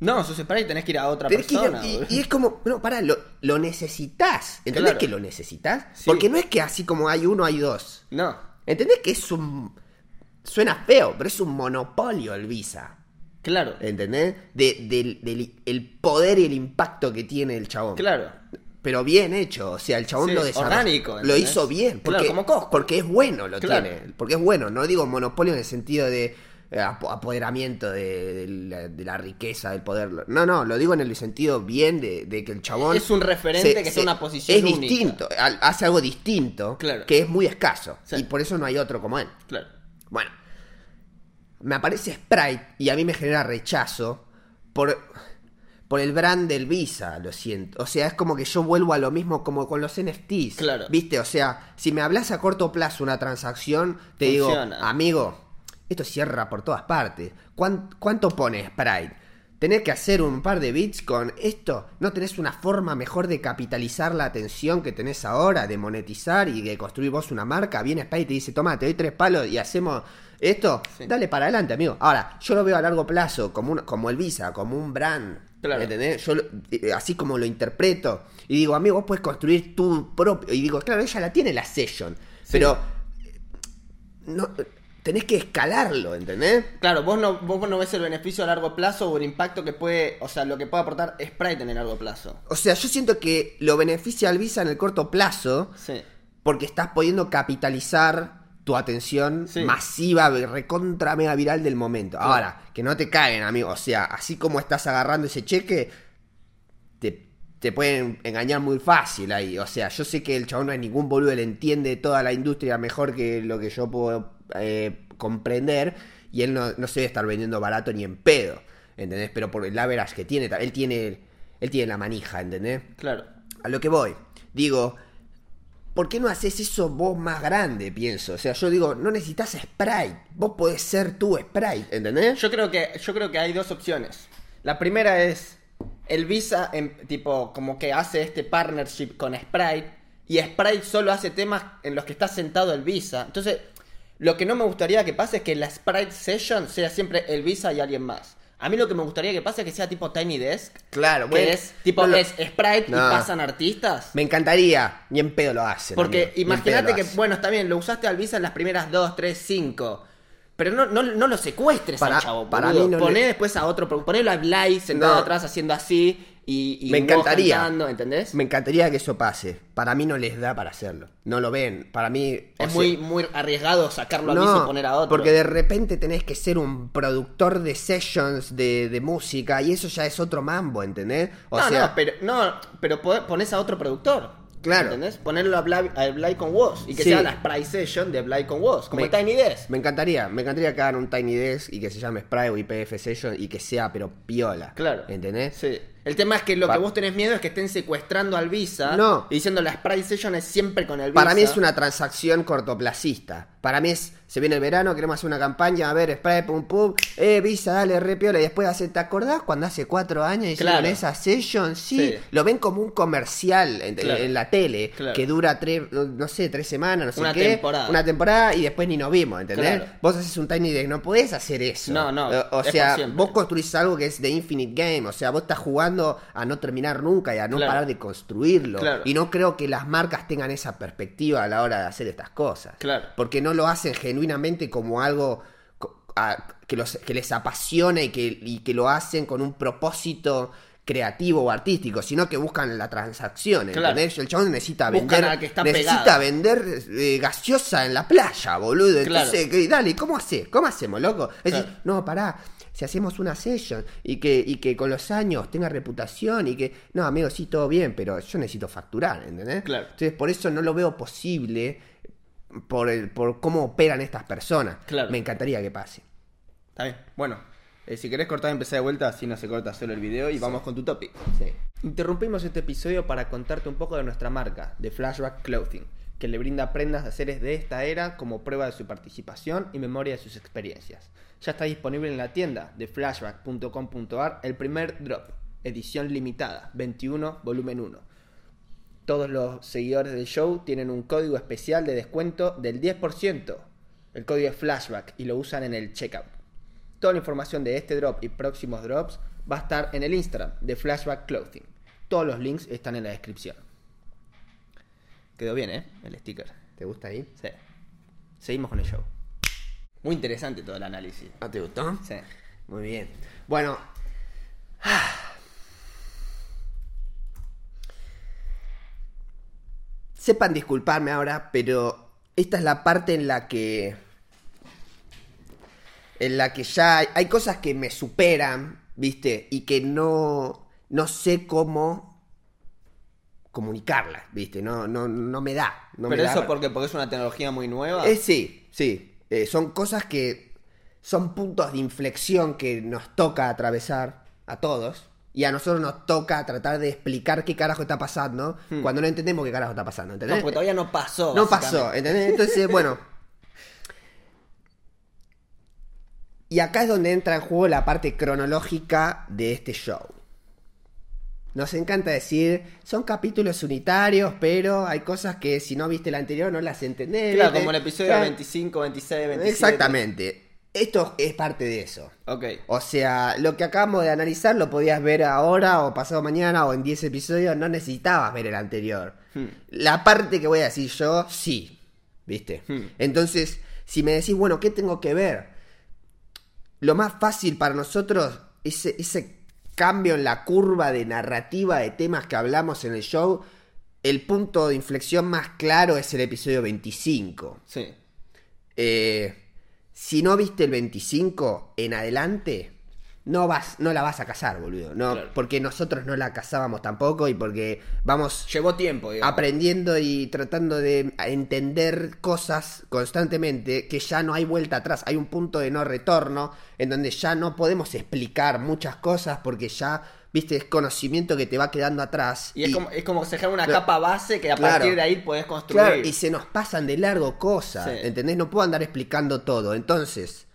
C: No, sos spray tenés que ir a otra
D: Tenés que ir-
C: persona.
D: y-
C: boludo.
D: y, es como, no, pará, lo, lo necesitas. ¿Entendés
C: Claro.
D: que lo necesitas?
C: Sí.
D: Porque no es que así como hay uno, hay dos.
C: No,
D: ¿Entendés que es un... Suena feo, pero es un monopolio el Visa.
C: claro,
D: ¿Entendés? De- del, del- el poder y el impacto que tiene el chabón.
C: claro.
D: Pero bien hecho, o sea, el chabón
C: Sí,
D: lo desarrolló.
C: orgánico,
D: lo
C: ¿entendés?
D: hizo bien.
C: Claro,
D: Porque,
C: como Coscu.
D: Porque es bueno, lo
C: Claro.
D: tiene. Porque es bueno, no digo monopolio en el sentido de eh, apo- apoderamiento de, de la, de la riqueza, del poder. No, no, lo digo en el sentido bien de, de que el chabón.
C: Es un referente que está en una posición
D: Es
C: única.
D: distinto, al- hace algo distinto
C: Claro.
D: que es muy escaso.
C: Sí.
D: Y por eso no hay otro como él.
C: Claro.
D: Bueno, me aparece Sprite y a mí me genera rechazo por, por el brand del Visa, lo siento. O sea, es como que yo vuelvo a lo mismo como con los NFTs.
C: Claro.
D: ¿Viste? O sea, si me hablas a corto plazo una transacción, te
C: Funciona.
D: digo, amigo, esto cierra por todas partes. ¿Cuán- ¿Cuánto pone Sprite? Tener que hacer un par de bits con esto, ¿no tenés una forma mejor de capitalizar la atención que tenés ahora, de monetizar y de construir vos una marca? Viene Sprite y te dice, toma, te doy tres palos y hacemos esto.
C: Sí.
D: Dale para adelante, amigo. Ahora, yo lo veo a largo plazo, como, un- como el Visa, como un brand.
C: Claro.
D: ¿Entendés? Yo lo- eh, así como lo interpreto. Y digo, amigo, vos puedes construir tu propio. Y digo, claro, ella la tiene la session. Pero eh, no, tenés que escalarlo, ¿entendés?
C: Claro, vos no, vos no ves el beneficio a largo plazo o el impacto que puede, o sea, lo que puede aportar Sprite en el largo plazo.
D: O sea, yo siento que lo beneficia al Visa en el corto plazo
C: Sí.
D: porque estás pudiendo capitalizar tu atención
C: Sí.
D: masiva, recontra mega viral del momento. Ahora, que no te caguen, amigo. O sea, así como estás agarrando ese cheque, te, te pueden engañar muy fácil ahí. O sea, yo sé que el chabón no es ningún boludo, él entiende toda la industria mejor que lo que yo puedo eh, comprender. Y él no, no se debe estar vendiendo barato ni en pedo. ¿Entendés? Pero por el average que tiene, él tiene, él tiene la manija, ¿entendés?
C: Claro.
D: A lo que voy. Digo, ¿por qué no haces eso vos más grande? Pienso. O sea, yo digo, no necesitas Sprite. Vos podés ser tú Sprite, ¿entendés?
C: Yo creo que, yo creo que hay dos opciones. La primera es el Visa, en, tipo, como que hace este partnership con Sprite y Sprite solo hace temas en los que está sentado el Visa. Entonces, lo que no me gustaría que pase es que la Sprite Session sea siempre el Visa y alguien más. A mí lo que me gustaría que pase es que sea tipo Tiny Desk.
D: Claro,
C: que
D: bueno,
C: es tipo
D: no lo-
C: es Sprite
D: No.
C: y pasan artistas.
D: Me encantaría. Ni en pedo lo hacen.
C: Porque
D: amigo. Ni en
C: imagínate
D: pedo lo
C: que,
D: hacen.
C: bueno, está bien, lo usaste al Visa en las primeras 2, 3, 5. Pero no, no, no lo secuestres
D: Para-
C: al chavo,
D: para
C: boludo.
D: mí no
C: Poné
D: le-
C: después a otro, pro- ponelo a Blay sentado
D: No.
C: atrás haciendo así y, y
D: Me
C: vos
D: encantaría.
C: cantando, ¿entendés?
D: Me encantaría que eso pase. Para mí no les da para hacerlo. No lo ven. Para mí. o sea,
C: Es muy, muy arriesgado sacarlo al Visa y
D: No,
C: poner a otro.
D: porque de repente tenés que ser un productor de sessions de, de música y eso ya es otro mambo, ¿entendés? O
C: no,
D: sea,
C: no, pero, no, pero po- ponés a otro productor.
D: Claro.
C: ¿Entendés? Ponerlo a Blay, a Blay con Woz y que
D: Sí.
C: sea la Sprite Session de Blay con Woz, como
D: Me-
C: Tiny Desk.
D: Me encantaría, me encantaría que hagan un Tiny Desk y que se llame Sprite o IPF Session y que sea, pero piola.
C: Claro.
D: ¿Entendés?
C: Sí. El tema es que lo
D: Pa-
C: que vos tenés miedo es que estén secuestrando al Visa.
D: No.
C: Y diciendo la spray session es siempre con el Visa.
D: Para mí es una transacción cortoplacista. Para mí es, se viene el verano, queremos hacer una campaña, a ver, spray, pum, pum, eh, visa, dale, re piola. Y después hace, ¿te acordás cuando hace cuatro años hicieron
C: Claro.
D: esa session? Sí.
C: Sí.
D: Lo ven como un comercial en,
C: Claro.
D: en la tele,
C: Claro.
D: que dura tres, no- no sé, tres semanas, no sé
C: Una
D: qué.
C: temporada.
D: Una temporada y después ni nos vimos, ¿entendés?
C: Claro.
D: Vos haces un Tiny Deck, no podés hacer eso.
C: No, no,
D: Eh, O,
C: es por
D: sea,
C: siempre.
D: vos construís algo que es de infinite game, o sea, vos estás jugando a no terminar nunca y a no
C: Claro.
D: parar de construirlo.
C: Claro.
D: Y no creo que las marcas tengan esa perspectiva a la hora de hacer estas cosas.
C: Claro.
D: Porque no lo hacen genuinamente como algo co- a- que, los, que les apasiona y que, y que lo hacen con un propósito creativo o artístico, sino que buscan la transacción,
C: Claro.
D: ¿entendés? El chabón necesita
C: Buscan
D: vender,
C: al que está
D: necesita
C: pegado.
D: vender eh, gaseosa en la playa, boludo.
C: Claro.
D: Entonces, que- dale, ¿cómo hace? ¿Cómo hacemos, loco? Es
C: Claro.
D: decir, no, pará, si hacemos una session y que, y que con los años tenga reputación y que, no, amigo, sí, todo bien, pero yo necesito facturar, ¿entendés?
C: Claro.
D: Entonces, por eso no lo veo posible por, el, por cómo operan estas personas.
C: Claro.
D: Me encantaría que pase.
C: Está bien. Bueno, eh, si querés cortar, empezar de vuelta, así no se corta solo el video y vamos con tu topic.
D: Sí.
C: Interrumpimos este episodio para contarte un poco de nuestra marca, de Flashback Clothing, que le brinda prendas a seres de esta era como prueba de su participación y memoria de sus experiencias. Ya está disponible en la tienda de flashback.com.ar el primer drop, edición limitada, 21, volumen 1. Todos los seguidores del show tienen un código especial de descuento del 10%. El código es flashback y lo usan en el checkout. Toda la información de este drop y próximos drops va a estar en el Instagram de Flashback Clothing. Todos los links están en la descripción. Quedó bien, ¿eh? El sticker.
D: ¿Te gusta ahí?
C: Sí. Seguimos con el show. Muy interesante todo el análisis.
D: ¿No ¿Ah, te gustó?
C: Sí.
D: Muy bien. Bueno. Ah. Sepan disculparme ahora, pero esta es la parte en la que. En la que ya hay, hay cosas que me superan, ¿viste? Y que no. No sé cómo comunicarlas, ¿viste? No, no, no me da. No me
C: Pero
D: da
C: eso
D: para-
C: porque, porque es una tecnología muy nueva.
D: eh, sí, sí. Eh, son cosas que son puntos de inflexión que nos toca atravesar a todos. Y a nosotros nos toca tratar de explicar qué carajo está pasando cuando no entendemos qué carajo está pasando.
C: Hmm. No,
D: ¿entendés?
C: porque todavía eh, no pasó.
D: No
C: básicamente.
D: pasó, ¿entendés? Entonces, bueno. Y acá es donde entra en juego la parte cronológica de este show. Nos encanta decir, son capítulos unitarios, pero hay cosas que si no viste el anterior no las entendés.
C: Eh, Claro,
D: ¿viste?
C: como el episodio
D: Claro.
C: 25, 26, 27.
D: Exactamente. Esto es parte de eso.
C: Ok.
D: O sea, lo que acabamos de analizar lo podías ver ahora o pasado mañana o en 10 episodios, no necesitabas ver el anterior.
C: Hmm.
D: La parte que voy a decir yo, sí. ¿Viste?
C: Hmm.
D: Entonces, si me decís, bueno, ¿qué tengo que ver? Lo más fácil para nosotros, ese, ese cambio en la curva de narrativa de temas que hablamos en el show, el punto de inflexión más claro es el episodio 25.
C: Sí.
D: Eh, si no viste el 25 en adelante, no vas, no la vas a cazar, boludo. No,
C: Claro.
D: porque nosotros no la cazábamos tampoco y porque vamos
C: Llevó tiempo, digamos.
D: aprendiendo y tratando de entender cosas constantemente que ya no hay vuelta atrás, hay un punto de no retorno en donde ya no podemos explicar muchas cosas porque ya, viste, es conocimiento que te va quedando atrás.
C: Y es, como, es como que se genera una
D: Claro.
C: capa base que a
D: Claro.
C: partir de ahí podés construir.
D: Claro, y se nos pasan de largo cosas,
C: Sí.
D: ¿entendés? No puedo andar explicando todo. Entonces,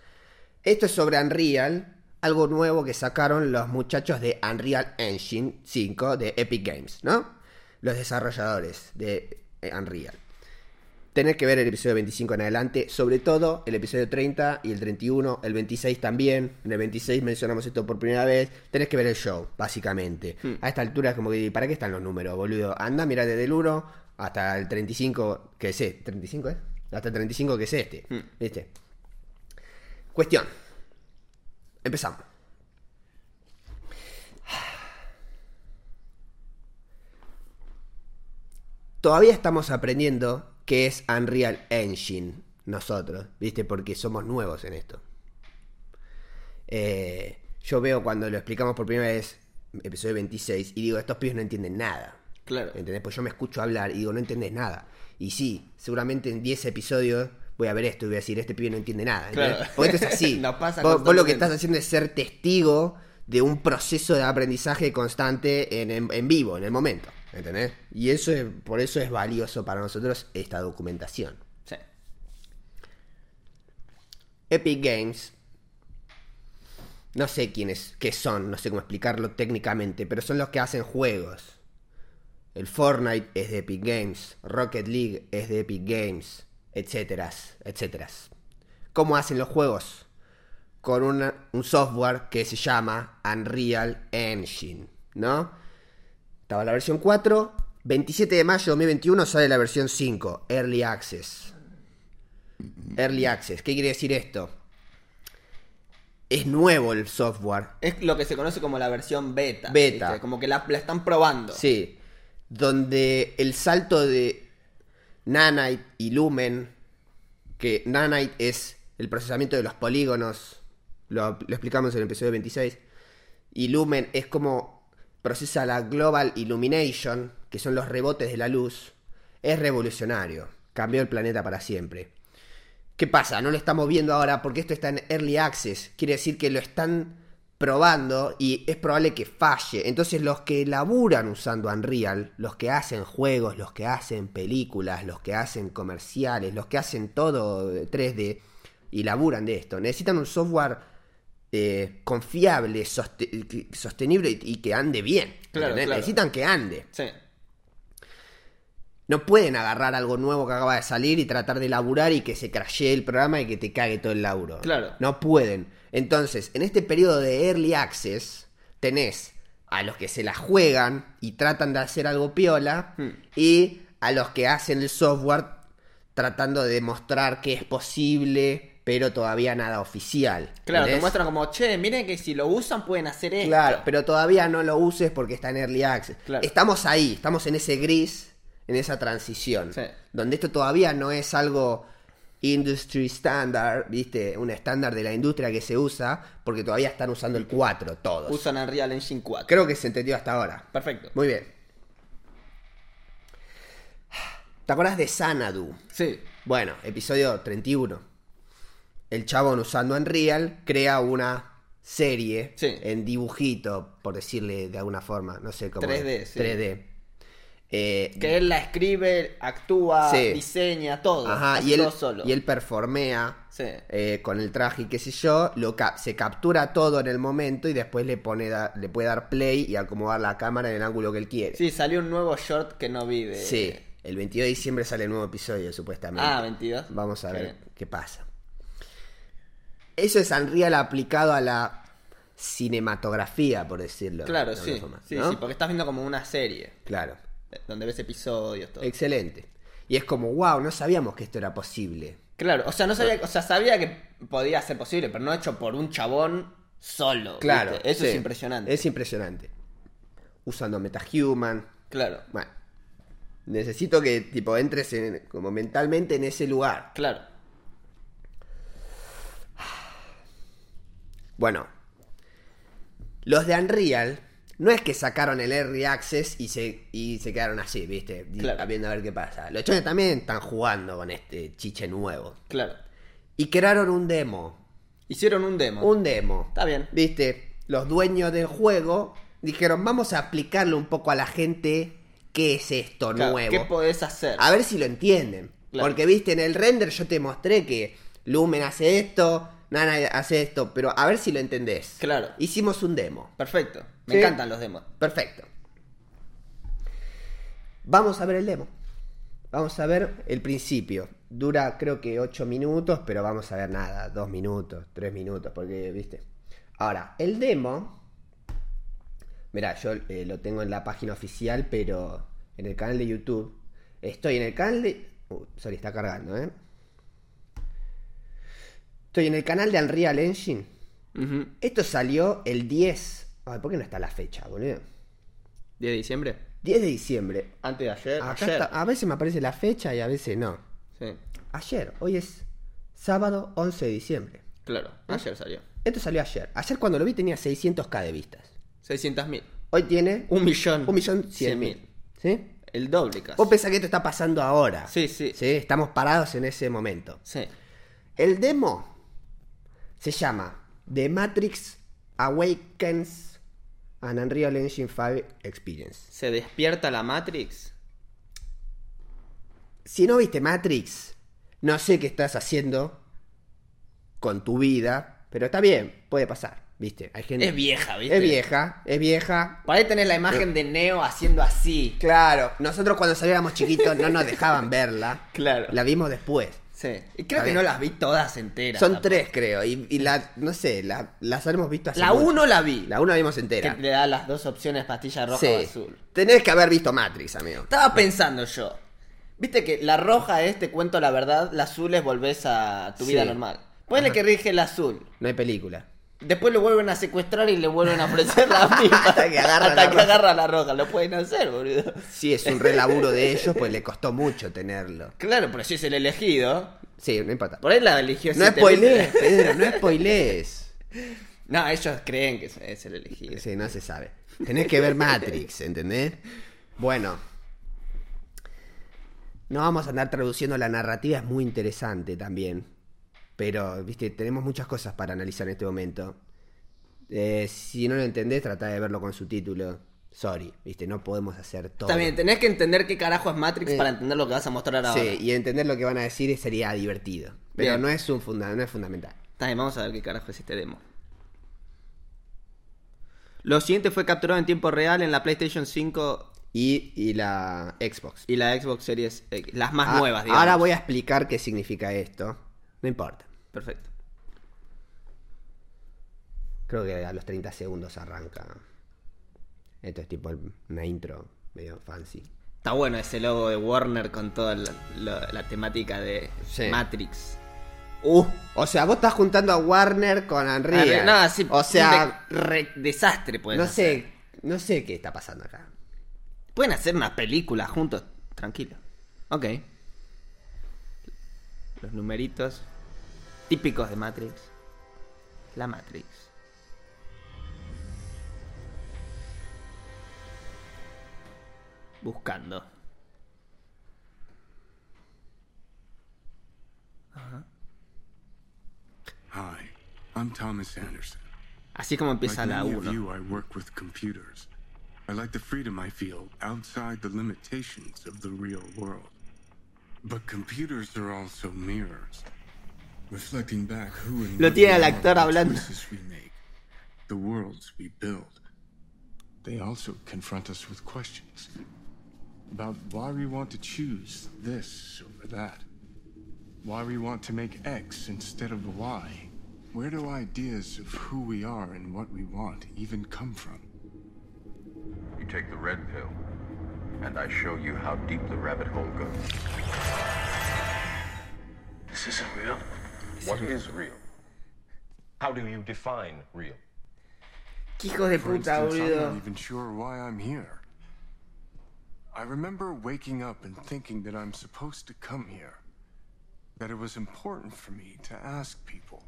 D: esto es sobre Unreal, algo nuevo que sacaron los muchachos de Unreal Engine 5 de Epic Games, ¿no? Los desarrolladores de eh, Unreal. Tener que ver el episodio 25 en adelante, sobre todo el episodio 30 y el 31, el 26 también. En el 26 mencionamos esto por primera vez. Tenés que ver el show, básicamente. A esta altura es como que, ¿para qué están los números, boludo? Anda, mira desde el 1 hasta el 35, que es este. ¿35 es? Hasta el 35 que es este. ¿Viste? Cuestión. Empezamos. Todavía estamos aprendiendo qué es Unreal Engine nosotros, ¿viste? Porque somos nuevos en esto. Eh, yo veo cuando lo explicamos por primera vez, episodio 26, y digo, estos pibes no entienden nada.
C: Claro.
D: ¿Entendés? Pues yo me escucho hablar y digo, no entendés nada. Y sí, seguramente en 10 episodios voy a ver esto y voy a decir, este pibe no entiende nada. ¿entendés?
C: Claro.
D: Porque esto es así.
C: Nos pasa
D: vos, vos lo que
C: constantemente.
D: estás haciendo es ser testigo de un proceso de aprendizaje constante en, en- en vivo, en el momento. ¿Entendés? Y eso es, por eso es valioso para nosotros esta documentación.
C: Sí.
D: Epic Games. No sé quiénes, qué son, no sé cómo explicarlo técnicamente, pero son los que hacen juegos. El Fortnite es de Epic Games, Rocket League es de Epic Games, etcétera, etcétera. ¿Cómo hacen los juegos? Con una- un software que se llama Unreal Engine, ¿no? Estaba la versión 4, 27 de mayo de 2021 sale la versión 5, Early Access. Early Access, ¿qué quiere decir esto? Es nuevo el software,
C: Es lo que se conoce como la versión beta.
D: Beta.
C: ¿viste? Como que la, la están probando.
D: Sí. Donde el salto de Nanite y Lumen, que Nanite es el procesamiento de los polígonos, lo, lo explicamos en el episodio 26, y Lumen es como procesa la Global Illumination, que son los rebotes de la luz, es revolucionario. Cambió el planeta para siempre. ¿Qué pasa? No lo estamos viendo ahora porque esto está en Early Access. Quiere decir que lo están probando y es probable que falle. Entonces los que laburan usando Unreal, los que hacen juegos, los que hacen películas, los que hacen comerciales, los que hacen todo de 3D y laburan de esto, necesitan un software eh, confiable, soste- que- sostenible y- y que ande bien.
C: Claro,
D: ¿entendés?
C: claro.
D: Necesitan que ande.
C: Sí.
D: No pueden agarrar algo nuevo que acaba de salir y tratar de laburar y que se crashee el programa y que te cague todo el laburo.
C: Claro.
D: No pueden. Entonces, en este periodo de early access, tenés a los que se la juegan y tratan de hacer algo piola
C: Hmm.
D: y a los que hacen el software tratando de demostrar que es posible, pero todavía nada oficial.
C: Claro, te
D: ¿entendés?
C: muestran como, che, miren que si lo usan pueden hacer esto.
D: Claro, pero todavía no lo uses porque está en early access.
C: Claro.
D: Estamos ahí, estamos en ese gris, en esa transición,
C: Sí.
D: donde esto todavía no es algo industry standard, ¿viste? Un estándar de la industria que se usa, porque todavía están usando el 4 todos.
C: Usan Unreal Engine 4.
D: Creo que se entendió hasta ahora.
C: Perfecto.
D: Muy bien. ¿Te acuerdas de Sanadu?
C: Sí.
D: Bueno, episodio 31. El chabón usando Unreal crea una serie
C: Sí.
D: en dibujito, por decirle de alguna forma, no sé cómo.
C: 3D, sí.
D: 3D. Eh,
C: Que él la escribe, actúa,
D: Sí.
C: diseña, todo.
D: ajá,
C: Hace
D: y él,
C: todo solo.
D: y él performea
C: Sí.
D: eh, con el traje y qué sé yo, lo ca- se captura todo en el momento y después le, pone da- le puede dar play y acomodar la cámara en el ángulo que él quiere.
C: Sí, salió un nuevo short que no vi de...
D: Sí, el 22 de diciembre sale el nuevo episodio, supuestamente.
C: Ah, 22.
D: Vamos a
C: Qué
D: ver
C: bien.
D: qué pasa. Eso es Unreal aplicado a la cinematografía, por decirlo. de
C: Claro,
D: alguna
C: sí.
D: forma,
C: sí,
D: ¿no?
C: sí, porque estás viendo como una serie.
D: Claro.
C: eh, Donde ves episodios, todo.
D: Excelente. Y es como, wow, no sabíamos que esto era posible.
C: Claro, o sea, no sabía, o sea, sabía que podía ser posible, pero no hecho por un chabón solo.
D: Claro.
C: ¿viste? Eso es
D: sí.
C: impresionante.
D: Es impresionante. Usando MetaHuman.
C: Claro,
D: Bueno. Necesito que tipo entres en- como mentalmente en ese lugar.
C: claro.
D: Bueno, los de Unreal no es que sacaron el Early Access y se, y se quedaron así, ¿viste? Y-
C: Claro.
D: Viendo a ver qué pasa. Los chones también están jugando con este chiche nuevo.
C: Claro.
D: Y crearon un demo.
C: Hicieron un demo.
D: Un demo.
C: Está bien.
D: ¿Viste? Los dueños del juego dijeron, vamos a aplicarle un poco a la gente qué es esto
C: Claro,
D: nuevo. Ah.
C: ¿Qué podés hacer?
D: A ver si lo entienden.
C: Claro.
D: Porque viste, en el render yo te mostré que Lumen hace esto, Nana hace esto, pero a ver si lo entendés.
C: Claro.
D: Hicimos un demo.
C: Perfecto. Me
D: Sí.
C: encantan los demos.
D: Perfecto. Vamos a ver el demo. Vamos a ver el principio. Dura creo que 8 minutos, pero vamos a ver nada. 2 minutos, 3 minutos, porque viste. Ahora, el demo. Mirá, yo eh, lo tengo en la página oficial, pero en el canal de YouTube. Estoy en el canal de. Uh, sorry, está cargando, ¿eh? Estoy en el canal de Unreal Engine. Esto salió el 10. Ay, ¿por qué no está la fecha, boludo?
C: 10 de diciembre.
D: 10 de diciembre.
C: Antes de ayer.
D: Acá
C: ayer.
D: está- a veces me aparece la fecha y a veces no.
C: Sí,
D: Ayer, hoy es sábado 11 de diciembre.
C: claro.
D: Ah.
C: Ayer salió.
D: Esto salió ayer. Ayer cuando lo vi tenía 600k de vistas.
C: 600.000.
D: Hoy tiene
C: Un millón.
D: 1.100.000. ¿Sí?
C: El doble casi.
D: Vos pensás que esto está pasando ahora.
C: Sí, sí.
D: Sí, estamos parados en ese momento.
C: Sí.
D: El demo se llama The Matrix Awakens an Unreal Engine 5 experience.
C: ¿Se despierta la Matrix?
D: Si no viste Matrix, no sé qué estás haciendo con tu vida, pero está bien, puede pasar, ¿viste? Hay gente
C: Es vieja, ¿viste?
D: es vieja, es vieja.
C: Por ahí tenés la imagen de Neo haciendo así.
D: Claro, nosotros cuando salíamos chiquitos no nos dejaban verla.
C: Claro.
D: La vimos después.
C: Sí. Y creo
D: A
C: que
D: ver.
C: no las vi todas enteras.
D: Son
C: tampoco.
D: tres, creo. Y, y la, no sé, la- las hemos visto hace
C: La
D: mucho.
C: uno la vi.
D: La uno la vimos entera.
C: que le da las dos opciones, pastilla roja
D: Sí.
C: o azul.
D: Tenés que haber visto Matrix, amigo.
C: Estaba pensando yo. Viste que la roja es te cuento la verdad, la azul es volvés a tu vida
D: Sí.
C: normal. Ponle que rige la azul.
D: No hay película.
C: Después lo vuelven a secuestrar y le vuelven a ofrecer la misma.
D: Hasta que agarra
C: Hasta
D: la
C: que
D: roja.
C: agarra la roja. Lo pueden hacer, boludo.
D: Sí, es un relaburo de ellos, pues le costó mucho tenerlo.
C: Claro, pero si es el elegido.
D: Sí, no importa.
C: Por ahí la eligió
D: No
C: siete
D: spoilees,
C: veces.
D: Pedro, no spoilees.
C: No, ellos creen que es el elegido.
D: Sí, no se sabe. Tenés que ver Matrix, ¿entendés? Bueno. No vamos a andar traduciendo la narrativa, es muy interesante también. Pero, viste, tenemos muchas cosas para analizar en este momento. Eh, si no lo entendés, tratá de verlo con subtítulo. Sorry, viste, no podemos hacer todo.
C: También tenés que entender qué carajo es Matrix
D: Eh.
C: para entender lo que vas a mostrar ahora.
D: Sí, y entender lo que van a decir sería divertido. Pero
C: Bien.
D: no es, un funda no es fundamental.
C: Está bien, vamos a ver qué carajo es este demo. Lo siguiente fue capturado en tiempo real en la PlayStation 5
D: Y, y la Xbox.
C: y la Xbox Series X. Las más
D: Ah,
C: nuevas, digamos.
D: Ahora voy a explicar qué significa esto. No importa.
C: Perfecto.
D: Creo que a los 30 segundos arranca. Esto es tipo el- una intro medio fancy.
C: Está bueno ese logo de Warner con toda la, la- la temática de
D: Sí.
C: Matrix.
D: Uh, o sea, vos estás juntando a Warner con Unreal.
C: Ah, re- No, sí,
D: o sea,
C: un de- re- desastre pueden
D: no
C: hacer.
D: sé, no sé qué está pasando acá.
C: Pueden hacer una película juntos, tranquilo. Ok. Los numeritos típicos de Matrix. La Matrix. Buscando.
B: Hi, I'm Thomas Anderson.
C: Así es como empieza
B: Like
C: la
B: many of
C: 1.
B: you, I work with computers. I like the freedom I feel outside the limitations of the real world. But computers are also mirrors, reflecting back who and
C: Lo
B: what
C: tiene
B: we
C: al
B: are
C: actor
B: and the
C: hablando.
B: choices we make, the worlds we build. They also confront us with questions about why we want to choose this over that. Why we want to make X instead of Y. Where do ideas of who we are and what we want even come from?
F: You take the red pill, and I show you how deep the rabbit hole goes. This isn't real. What is real? How do you define real?
C: ¿Qué hijo de
B: For
C: puta,
B: instance, I'm not
C: boludo?
B: even sure why I'm here. I remember waking up and thinking that I'm supposed to come here. That it was important for me to ask people.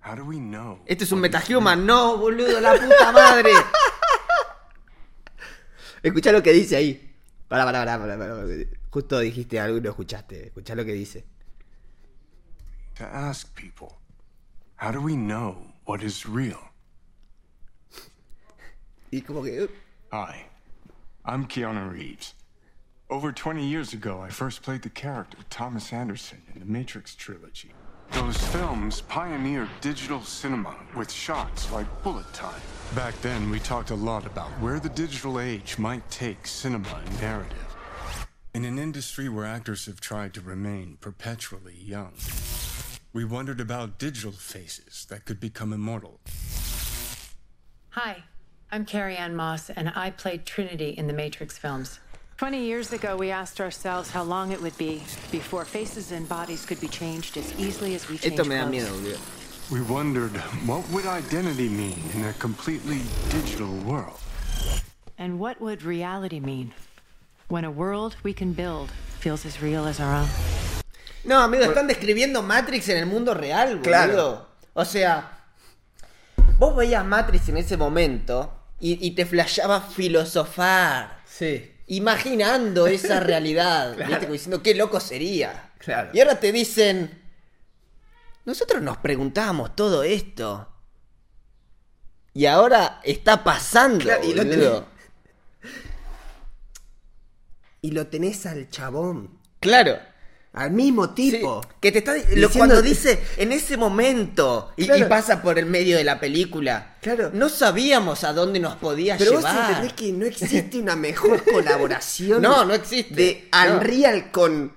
B: How do we know?
C: Este es un metahuman, no, boludo, la puta madre.
D: Escuchá lo que dice ahí. Pará, pará, pará, pará, pará. Justo dijiste algo y no escuchaste. Escuchá lo que dice.
B: to ask people. How do we know what is real?
D: Y como que. uh,
B: Hi, I'm Keanu Reeves. Over 20 years ago, I first played the character Thomas Anderson in the Matrix trilogy. Those films pioneered digital cinema with shots like bullet time. Back then, we talked a lot about where the digital age might take cinema and narrative. In an industry where actors have tried to remain perpetually young, we wondered about digital faces that could become immortal
G: Hi, I'm Carrie Ann Moss, and I played Trinity in the Matrix films. 20 years ago, we asked ourselves how long it would be before faces and bodies could be changed as easily as we change
C: Esto me da
G: clothes.
C: miedo, boludo.
B: We wondered what would identity mean in a completely digital world?
G: And what would reality mean when a world we can build feels as real as our own?
C: No, amigo, están describiendo Matrix en el mundo real, boludo.
D: Claro.
C: O sea, vos veías Matrix en ese momento y, y te flashaba filosofar.
D: Sí.
C: Imaginando esa realidad, ¿viste? Como diciendo qué loco sería.
D: Claro.
C: Y ahora te dicen, nosotros nos preguntábamos todo esto.
D: Y ahora está pasando,
H: Claro, y lo
D: boludo.
H: tenés- Y lo tenés al chabón.
D: Claro.
H: Al mismo
D: Sí,
H: tipo.
D: que te está di- lo-
H: Diciendo-
D: cuando dice en ese momento y, y
H: Claro.
D: pasa por el medio de la película.
H: Claro.
D: No sabíamos a dónde nos podía
H: Pero vos
D: llevar.
H: entendés que no existe una mejor colaboración.
D: No, no existe.
H: De
D: No.
H: Unreal con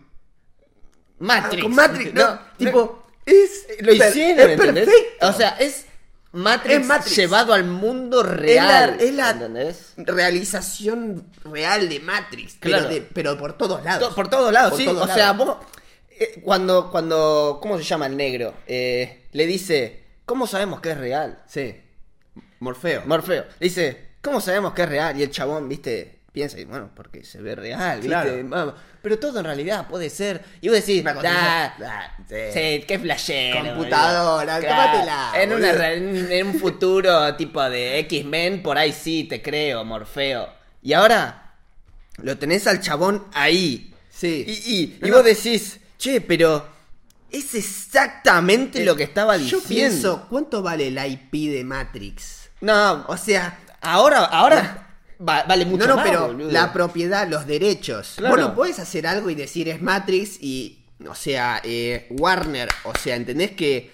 D: Matrix.
H: Con Matrix, no, tipo,
D: es lo
H: per-
D: hicieron,
H: es
D: ¿entendés?
H: perfecto.
D: O sea, es Matrix,
H: Es Matrix.
D: llevado al mundo real,
H: Es la- es la-
D: ¿entendés?
H: realización real de Matrix.
D: Claro.
H: Pero, de- pero por todos lados.
D: To- por todos lados,
H: Por
D: sí.
H: todos
D: o sea,
H: lados.
D: vos eh, cuando cuando ¿cómo se llama el negro? Eh, le dice, "¿Cómo sabemos que es real?"
H: Sí. Morfeo.
D: Morfeo. Le dice, ¿cómo sabemos que es real? Y el chabón, viste, piensa, y bueno, porque se ve real, viste.
H: Claro.
D: Vamos. Pero todo en realidad puede ser. Y vos decís,
H: Una
D: da,
H: cosa-
D: da,
H: sí.
D: sí, qué flashero. boludo".
H: Computadora, tómatela,
D: En, una
H: boludo.
D: ra- en- en un futuro tipo de X-Men, por ahí sí, te creo, Morfeo. Y ahora, lo tenés al chabón ahí.
H: Sí.
D: Y, y-
H: No,
D: y
H: no.
D: vos decís, che, pero es exactamente lo que estaba diciendo.
H: Yo pienso, ¿cuánto vale el IP de Matrix?
D: No, o sea, ahora, ahora va- vale mucho
H: no, no,
D: más,
H: pero
D: boludo.
H: la propiedad, los derechos.
D: Claro.
H: Bueno, puedes hacer algo y decir es Matrix y, o sea, eh, Warner, o sea, ¿entendés que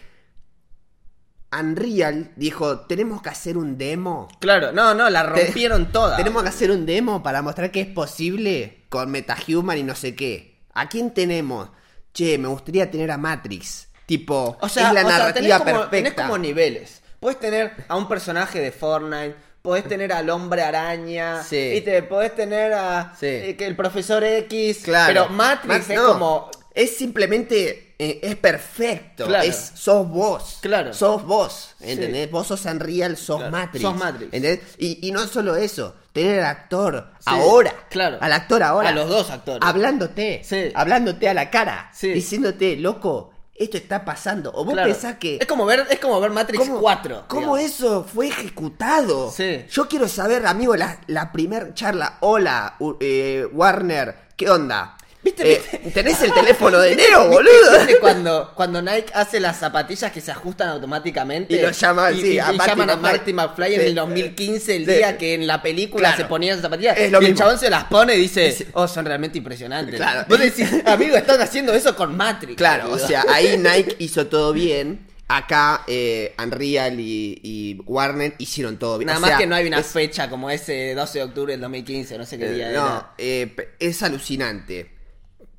H: Unreal dijo, tenemos que hacer un demo?
D: Claro, no, no, la
H: Te-
D: rompieron toda.
H: Tenemos que hacer un demo para mostrar que es posible con MetaHuman y no sé qué. ¿A quién tenemos? Che, me gustaría tener a Matrix. Tipo,
D: o sea,
H: es la
D: o sea,
H: narrativa
D: tenés como,
H: perfecta.
D: tenés como niveles. Puedes tener a un personaje de Fortnite, podés tener al hombre araña,
H: Sí.
D: y te podés tener a
H: Sí.
D: eh, que el profesor X,
H: Claro.
D: pero Matrix
H: Ma-
D: es
H: no,
D: como
H: Es simplemente. eh, es perfecto.
D: Claro.
H: Es, sos vos.
D: Claro.
H: Sos vos. ¿Entendés? Vos sos Unreal, sos
D: Claro.
H: Matrix.
D: Sos Matrix.
H: ¿Entendés? Y, y no solo eso. Tener al actor ahora.
D: claro.
H: Al actor ahora.
D: A los dos actores.
H: Hablándote.
D: Sí.
H: Hablándote a la cara.
D: Sí.
H: Diciéndote, loco, esto está pasando. O vos
D: claro.
H: pensás que.
D: es como ver es como ver Matrix
H: ¿Cómo,
D: 4.
H: ¿Cómo eso fue ejecutado?
D: Sí.
H: Yo quiero saber, amigo, la, la primer charla. Hola, u- eh, Warner, ¿qué onda?
D: ¿Viste,
H: Eh,
D: viste?
H: ¿Tenés el teléfono de enero, boludo?
D: ¿Viste cuando, cuando Nike hace las zapatillas que se ajustan automáticamente?
H: Y lo llaman,
D: y,
H: sí,
D: y- y
H: a Marty
D: llaman a
H: McFly.
D: Marty McFly en
H: Sí.
D: el 2015, el
H: Sí.
D: día que en la película
H: Claro.
D: se ponían esas zapatillas.
H: Es lo
D: y el
H: mismo.
D: chabón se las pone y dice, oh, son realmente impresionantes.
H: Claro.
D: Vos decís, amigo, estás haciendo eso con Matrix.
H: Claro, o
D: boludo".
H: sea, ahí Nike hizo todo bien. Acá eh, Unreal y, y Warner hicieron todo bien.
D: Nada
H: O
D: más
H: sea,
D: que no hay una
H: es-
D: fecha como ese 12 de octubre del 2015, no sé qué día
H: Eh,
D: era.
H: No, eh, pe- es alucinante.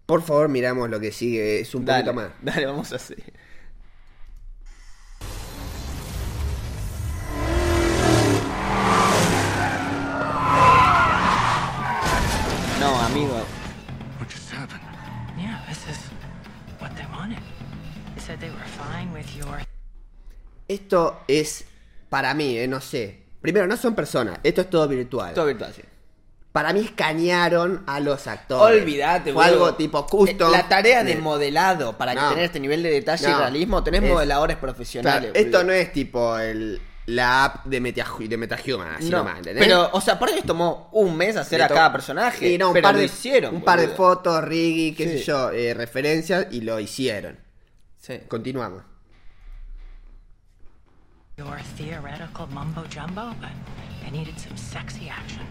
H: Por favor, miramos lo que sigue. Es un
D: Dale,
H: poquito más.
D: dale, vamos a hacer. No, amigo.
B: What just happened?
G: Yeah, this is what they wanted. They said they were fine with your
H: Esto es para mí, eh, no sé. Primero, no son personas, esto es todo virtual.
D: Todo virtual, sí.
H: Para mí escanearon a los actores.
D: Olvídate,
H: Fue
D: boludo.
H: algo tipo custom.
D: Eh, La tarea de
H: Eh,
D: modelado para
H: No.
D: que tener este nivel de detalle y
H: No.
D: realismo, tenés
H: Es-
D: modeladores profesionales.
H: claro, esto
D: boludo.
H: no es tipo el, la app de, Metahu- de MetaHuman, así
D: No,
H: nomás, ¿entendés?
D: Pero, o sea, por ahí les tomó un mes hacer
H: Le
D: a
H: to-
D: cada personaje.
H: Y no, un
D: pero
H: par
D: lo
H: de,
D: hicieron.
H: un par de
D: boludo.
H: fotos, Riggy, qué
D: Sí.
H: sé yo, eh, referencias, y lo hicieron.
D: Sí.
H: Continuamos.
G: your theoretical mumbo jumbo, but they needed some sexy action.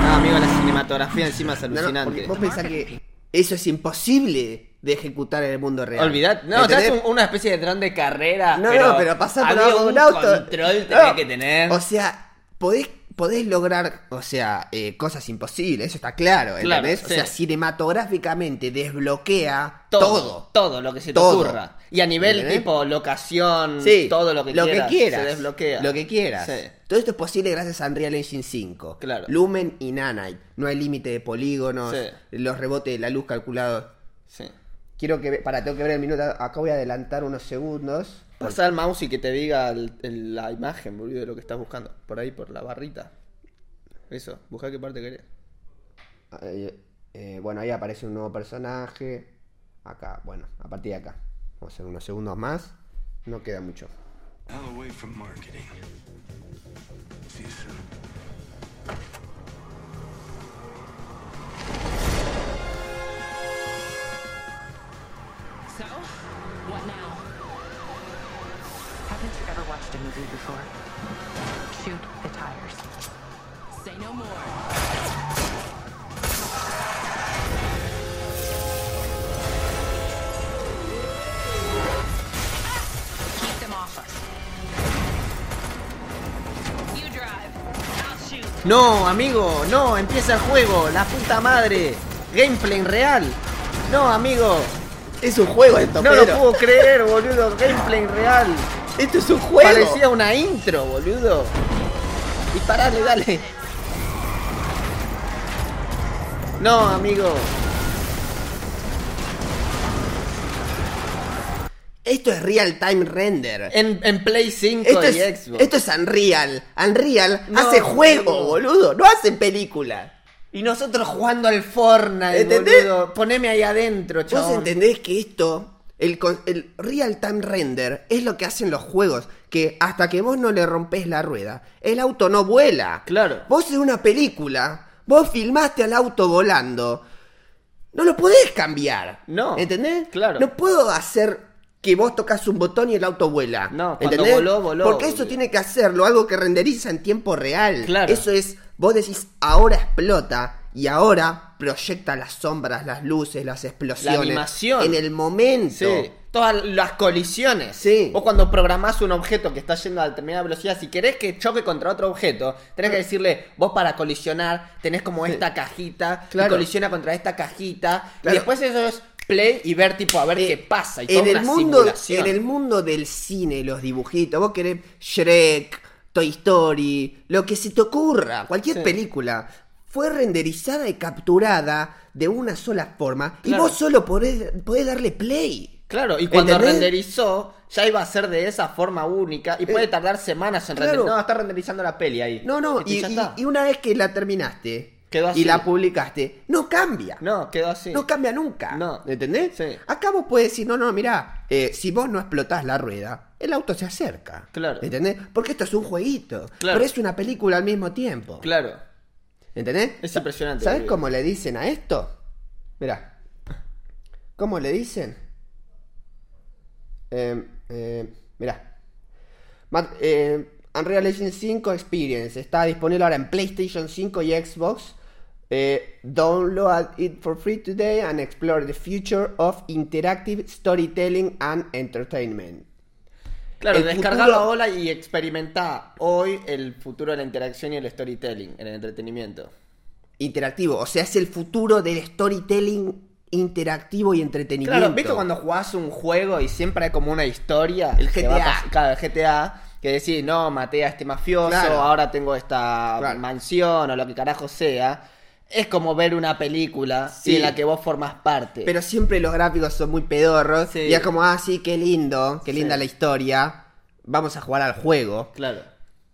D: No, Ah, amigo, la cinematografía encima es
H: No, no,
D: alucinante.
H: porque vos pensás que eso es imposible de ejecutar en el mundo real.
D: Olvidate, no, te
H: ¿Entendés?
D: hace un- una especie de dron de carrera.
H: No,
D: pero
H: no, pero pasar por
D: amigo,
H: abajo de
D: un
H: un auto.
D: control tenés
H: No.
D: que tener.
H: O sea, podés, podés lograr, o sea, eh, cosas imposibles, eso está claro,
D: Claro,
H: ¿entendés?
D: sí.
H: O sea, cinematográficamente desbloquea todo.
D: todo, todo lo que se te
H: Todo.
D: ocurra. Y a nivel
H: ¿Entendés?
D: tipo locación,
H: Sí,
D: todo lo que quieras.
H: quieras.
D: Se desbloquea.
H: Lo que quieras.
D: Sí.
H: Todo esto es posible gracias a Unreal Engine 5.
D: Claro.
H: Lumen y Nanite. No hay límite de polígonos,
D: Sí.
H: los rebotes de la luz calculados.
D: Sí.
H: Quiero que... ve- Para, tengo que ver el minuto. Acá voy a adelantar unos segundos.
D: Pasá el mouse y que te diga el- el- la imagen, boludo, de lo que estás buscando. Por ahí, por la barrita. Eso, busca qué parte querés.
H: Ahí, eh, bueno, ahí aparece un nuevo personaje. Acá, bueno, a partir de acá. Vamos a hacer unos segundos más. No queda mucho.
B: Hell away from marketing. See you soon.
G: So, what now?
I: Say no more. Keep them off us. You drive. I'll shoot.
C: No, amigo, no, empieza el juego, la puta madre. Gameplay en real. No, amigo.
D: Es un juego esto,
C: No lo
D: Pedro.
C: puedo creer, boludo. Gameplay en real.
D: Esto es un juego.
C: Parecía una intro, boludo.
D: Disparale, dale.
C: No, amigo.
D: Esto es real time render.
C: En, en Play 5
D: Esto
C: y
D: es,
C: Xbox.
D: esto es Unreal. Unreal
C: No,
D: hace juego,
C: boludo.
D: boludo. No hace película.
C: Y nosotros jugando al Fortnite,
D: ¿Entendés?
C: boludo. Poneme ahí adentro,
D: ¿Vos
C: chabón.
D: entendés que esto, el, con- el real time render, es lo que hacen los juegos? Que hasta que vos no le rompes la rueda, el auto no vuela.
C: Claro.
D: Vos en una película, vos filmaste al auto volando. No lo podés cambiar.
C: No,
D: ¿Entendés?
C: claro.
D: No puedo hacer que vos tocas un botón y el auto vuela.
C: No, cuando voló, voló,
D: Porque eso
C: boludo.
D: tiene que hacerlo, algo que renderiza en tiempo real.
C: Claro.
D: Eso es, vos decís, ahora explota y ahora proyecta las sombras, las luces, las explosiones.
C: La animación.
D: En el momento.
C: Sí, todas las colisiones.
D: Sí.
C: Vos cuando programás un objeto que está yendo a determinada velocidad, si querés que choque contra otro objeto, tenés
D: Ah.
C: que decirle, vos para colisionar tenés como esta cajita, y
D: Claro.
C: colisiona contra esta cajita,
D: Claro. Eh,
C: y después eso es play y ver tipo a ver qué pasa. Y toda
D: En el,
C: una
D: mundo,
C: simulación.
D: en el mundo del cine, los dibujitos, vos querés Shrek, Toy Story, lo que se te ocurra, cualquier película, fue renderizada y capturada de una sola forma
C: Claro.
D: y vos solo podés, podés darle play.
C: Claro, y cuando
D: ¿Entendés?
C: renderizó, ya iba a ser de esa forma única y puede tardar semanas
D: Eh,
C: en
D: claro.
C: renderizar. No, está renderizando la peli ahí.
D: No, no,
C: Y
D: y,
C: ya
D: y-
C: está.
D: y una vez que la terminaste
C: Quedó así.
D: y la publicaste, no cambia.
C: No, quedó así.
D: No cambia nunca.
C: No.
D: ¿Entendés?
C: Sí.
D: Acá vos podés decir, no, no, mirá, eh, si vos no explotás la rueda, el auto se acerca.
C: Claro.
D: ¿Entendés? Porque esto es un jueguito.
C: Claro.
D: Pero es una película al mismo tiempo.
C: Claro.
D: ¿Entendés?
C: Es impresionante,
D: ¿Sabés
C: boludo.
D: cómo le dicen a esto? Mirá. ¿Cómo le dicen? Eh, eh, mirá. Ma- eh, Unreal Engine 5 Experience está disponible ahora en PlayStation 5 y Xbox. Eh, download it for free today and explore the future of interactive storytelling and entertainment.
C: Claro,
D: El
C: descargalo
D: futuro-
C: ahora y experimentá hoy el futuro de la interacción y el storytelling, el entretenimiento.
D: Interactivo, o sea, es el futuro del storytelling interactivo y entretenimiento.
C: Claro, ¿viste cuando jugás un juego y siempre hay como una historia?
D: El
C: que va
D: GTA.
C: pas- claro, el GTA. Que decís, no, maté a este mafioso,
D: Claro.
C: ahora tengo esta
D: Claro.
C: mansión o lo que carajo sea. Es como ver una película
D: Sí.
C: en la que vos formás parte.
D: Pero siempre los gráficos son muy pedorros.
C: Sí.
D: Y es como, ah, sí, qué lindo, qué linda
C: Sí.
D: la historia. Vamos a jugar al juego.
C: Claro.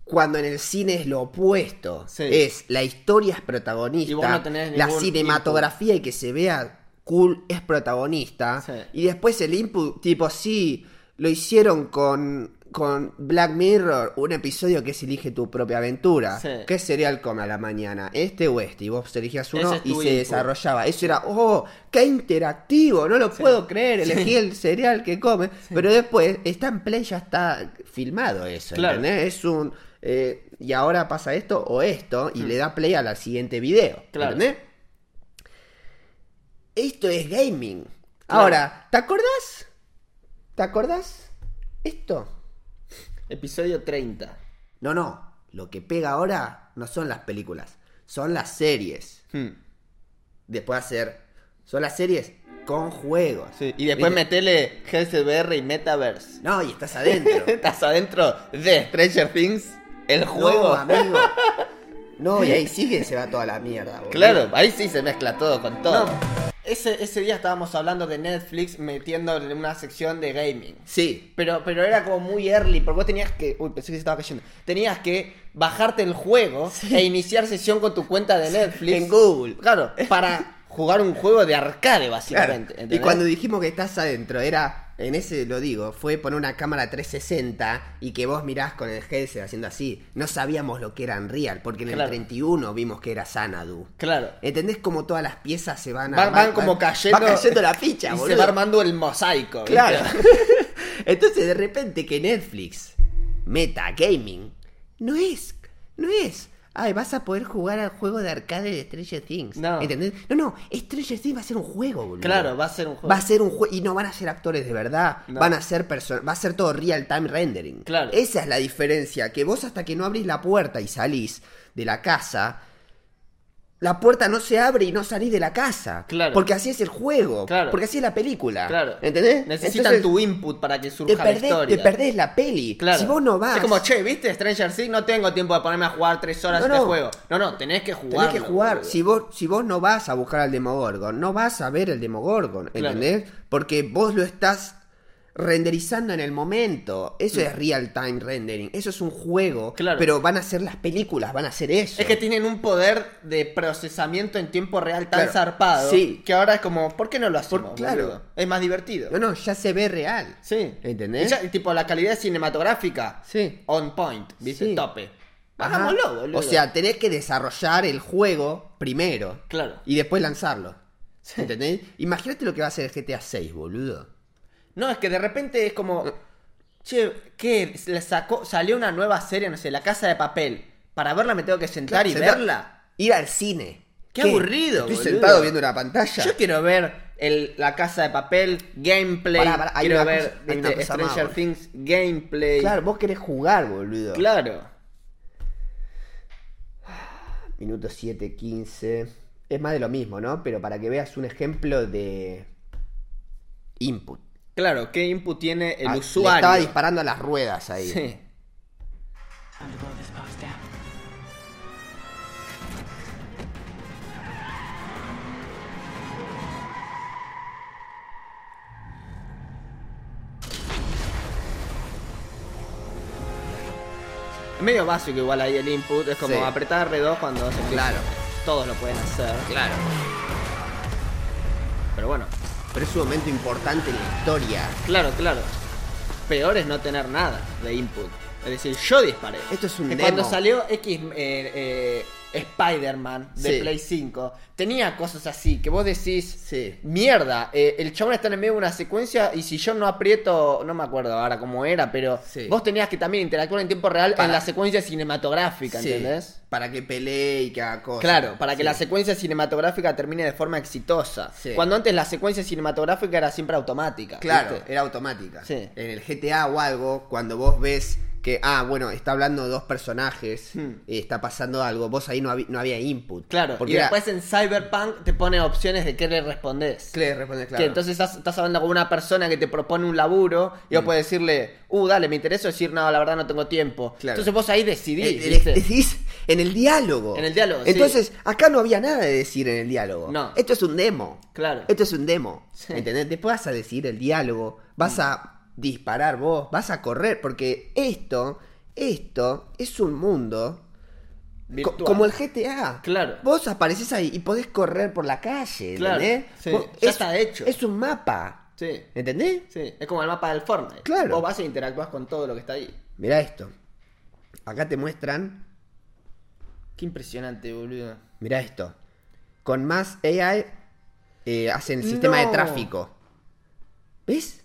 D: Cuando en el cine es lo opuesto.
C: Sí.
D: Es la historia es protagonista.
C: Y vos no tenés
D: la
C: ningún
D: cinematografía y que se vea cool es protagonista.
C: Sí.
D: Y después el input, tipo, sí, lo hicieron con, con Black Mirror, un episodio que es Elige tu propia aventura.
C: Sí.
D: ¿Qué cereal come a la mañana? ¿Este o este? Y vos elegías
C: Ese
D: uno
C: es
D: y
C: tu
D: se
C: input.
D: desarrolla desarrollaba. Eso era, oh, qué interactivo, no lo puedo creer, elegí el cereal que come. Pero después, está en play, ya está filmado eso,
C: Claro.
D: ¿entendés? Es un, eh, y ahora pasa esto o esto, y le da play al siguiente video,
C: Mm. Claro.
D: ¿entendés? Esto es gaming.
C: Claro.
D: Ahora, ¿te acordás? ¿Te acordás? Esto.
C: Episodio 30.
D: No, no, lo que pega ahora no son las películas, son las series
C: Hmm,
D: después hacer. Son las series con juegos.
C: sí. Y después
D: ¿Viste?
C: metele GSBR y Metaverse.
D: No, y estás adentro.
C: Estás adentro de Stranger Things, el
D: No,
C: juego.
D: amigo. No, y ahí sí que se va toda la mierda, boludo.
C: Claro, ahí sí se mezcla todo con todo. Ese, ese día estábamos hablando de Netflix metiendo en una sección de gaming.
D: Sí.
C: Pero, pero era como muy early, porque vos tenías que. Uy, pensé que se estaba cayendo. Tenías que bajarte el juego e iniciar sesión con tu cuenta de Netflix.
D: En Google.
C: Claro, para jugar un juego de arcade,
D: claro.
C: básicamente.
D: Y
C: ¿entendés?
D: cuando dijimos que estás adentro, era. En ese lo digo, fue poner una cámara 360 y que vos mirás con el headset haciendo así. No sabíamos lo que era Unreal, porque en
C: Claro.
D: el 31 vimos que era Sanadu.
C: Claro.
D: ¿Entendés cómo todas las piezas se van a-
C: Van, van como
D: Eh, va
C: cayendo.
D: cayendo la ficha,
C: y
D: boludo.
C: se va armando el mosaico. ¿viste?
D: Claro. Entonces, de repente que Netflix, Meta Gaming, no es, no es ay, vas a poder jugar al juego de arcade de Stranger Things.
C: No.
D: ¿Entendés? No, no, Stranger Things va a ser un juego, boludo.
C: Claro, va a ser un juego.
D: Va a ser un juego. Y no van a ser actores de verdad. Van a ser personas. Va a ser todo real time rendering.
C: Claro.
D: Esa es la diferencia. Que vos hasta que no abrís la puerta y salís de la casa. La puerta no se abre y no salís de la casa.
C: Claro.
D: Porque así es el juego.
C: Claro.
D: Porque así es la película.
C: Claro.
D: ¿Entendés?
C: Necesitan
D: Entonces,
C: tu input para que surja
D: te
C: la
D: perdés,
C: historia.
D: te perdés la peli.
C: Claro.
D: Si vos no vas.
C: Es como, che, ¿viste Stranger Things? No tengo tiempo de ponerme a jugar tres horas
D: No,
C: este
D: no.
C: juego. No, no, tenés que jugar.
D: Tenés que jugar. Si vos, si vos no vas a buscar al Demogorgon, no vas a ver el Demogorgon,
C: Claro.
D: ¿entendés? Porque vos lo estás renderizando en el momento. Eso es real time rendering. Eso es un juego.
C: Mm. Claro.
D: Pero van a ser las películas, van a ser eso.
C: Es que tienen un poder de procesamiento en tiempo real tan
D: Claro.
C: zarpado.
D: Sí,
C: Que ahora es como, ¿por qué no lo hacemos?
D: Por- claro.
C: boludo? Es más divertido.
D: No, no, ya se ve real.
C: Sí.
D: ¿Entendés?
C: Y ya, y tipo, la calidad cinematográfica.
D: Sí.
C: On point. ¿Viste?
D: Sí.
C: Tope.
D: Ajá.
C: Hagámoslo, boludo.
D: O sea, tenés que desarrollar el juego primero.
C: Claro.
D: Y después lanzarlo. ¿Entendés? Imagínate lo que va a hacer el GTA 6, boludo.
C: No, es que de repente es como. Che, ¿qué? Le sacó, salió una nueva serie, no sé, La Casa de Papel. Para verla me tengo que sentar y
D: Sentar-
C: verla.
D: Ir al cine.
C: Qué aburrido,
D: Estoy
C: boludo.
D: sentado viendo una pantalla.
C: Yo quiero ver el, La Casa de Papel, gameplay.
D: Pará, pará, hay
C: quiero
D: una
C: ver
D: cosa- hay una
C: este,
D: cosa más,
C: Stranger
D: boludo.
C: Things, gameplay.
D: Claro, vos querés jugar, boludo.
C: Claro.
D: Minuto 7, 15. Es más de lo mismo, ¿no? Pero para que veas un ejemplo de input.
C: Claro, ¿qué input tiene el
D: Ah, le
C: usuario?
D: estaba disparando a las ruedas ahí.
C: Sí.
G: Time to blow this box down.
C: Es medio básico igual ahí el input, es como
D: Sí.
C: apretar R2 cuando se
D: Claro.
C: Todos lo pueden hacer.
D: Claro.
C: Pero bueno.
D: Pero es un momento importante en la historia.
C: Claro, claro. Peor es no tener nada de input. Es decir, yo disparé.
D: Esto es un
C: Que
D: demo.
C: Cuando salió X eh, eh, Spider-Man de
D: Sí.
C: Play 5, tenía cosas así que vos decís,
D: Sí.
C: mierda, eh, el chabón está en el medio de una secuencia y si yo no aprieto, no me acuerdo ahora cómo era, pero
D: Sí.
C: vos tenías que también interactuar en tiempo real en
D: Para-
C: la secuencia cinematográfica,
D: Sí.
C: ¿entendés?
D: Para que pelee y que haga cosas.
C: Claro, para que
D: Sí.
C: la secuencia cinematográfica termine de forma exitosa.
D: Sí.
C: Cuando antes la secuencia cinematográfica era siempre automática.
D: Claro,
C: ¿viste?
D: era automática.
C: Sí.
D: En el GTA o algo, cuando vos ves que, ah, bueno, está hablando dos personajes, eh, está pasando algo, vos ahí no, habi- no había input.
C: Hmm. Claro,
D: porque
C: y
D: era-
C: después en Cyberpunk te pone opciones de qué le respondes.
D: Claro, responde, claro.
C: Que entonces estás, estás hablando con una persona que te propone un laburo y
D: Mm.
C: vos puedes decirle, uh, dale, me interesa o decir, no, la verdad no tengo tiempo.
D: Claro.
C: Entonces vos ahí decidís,
D: Eh, eh,
C: ¿viste?
D: decís en el diálogo.
C: En el diálogo, sí.
D: Entonces, acá no había nada de decir en el diálogo.
C: No.
D: Esto es un demo.
C: Claro.
D: Esto es un demo.
C: Sí.
D: ¿Entendés? Después vas a decir el diálogo, vas a disparar vos, vas a correr, porque esto, esto es un mundo Co-
C: Virtual.
D: como el GTA.
C: Claro.
D: Vos apareces ahí y podés correr por la calle,
C: Claro,
D: ¿entendés?
C: sí,
D: Vos-
C: ya está hecho.
D: Es un mapa,
C: Sí,
D: ¿entendés?
C: sí. Es como el mapa del Fortnite.
D: Claro.
C: Vos vas e interactúas con todo lo que está ahí.
D: Mirá esto. Acá te muestran,
C: Qué impresionante, boludo.
D: mirá esto. Con más AI eh, hacen el sistema
C: No.
D: de tráfico. ¿Ves?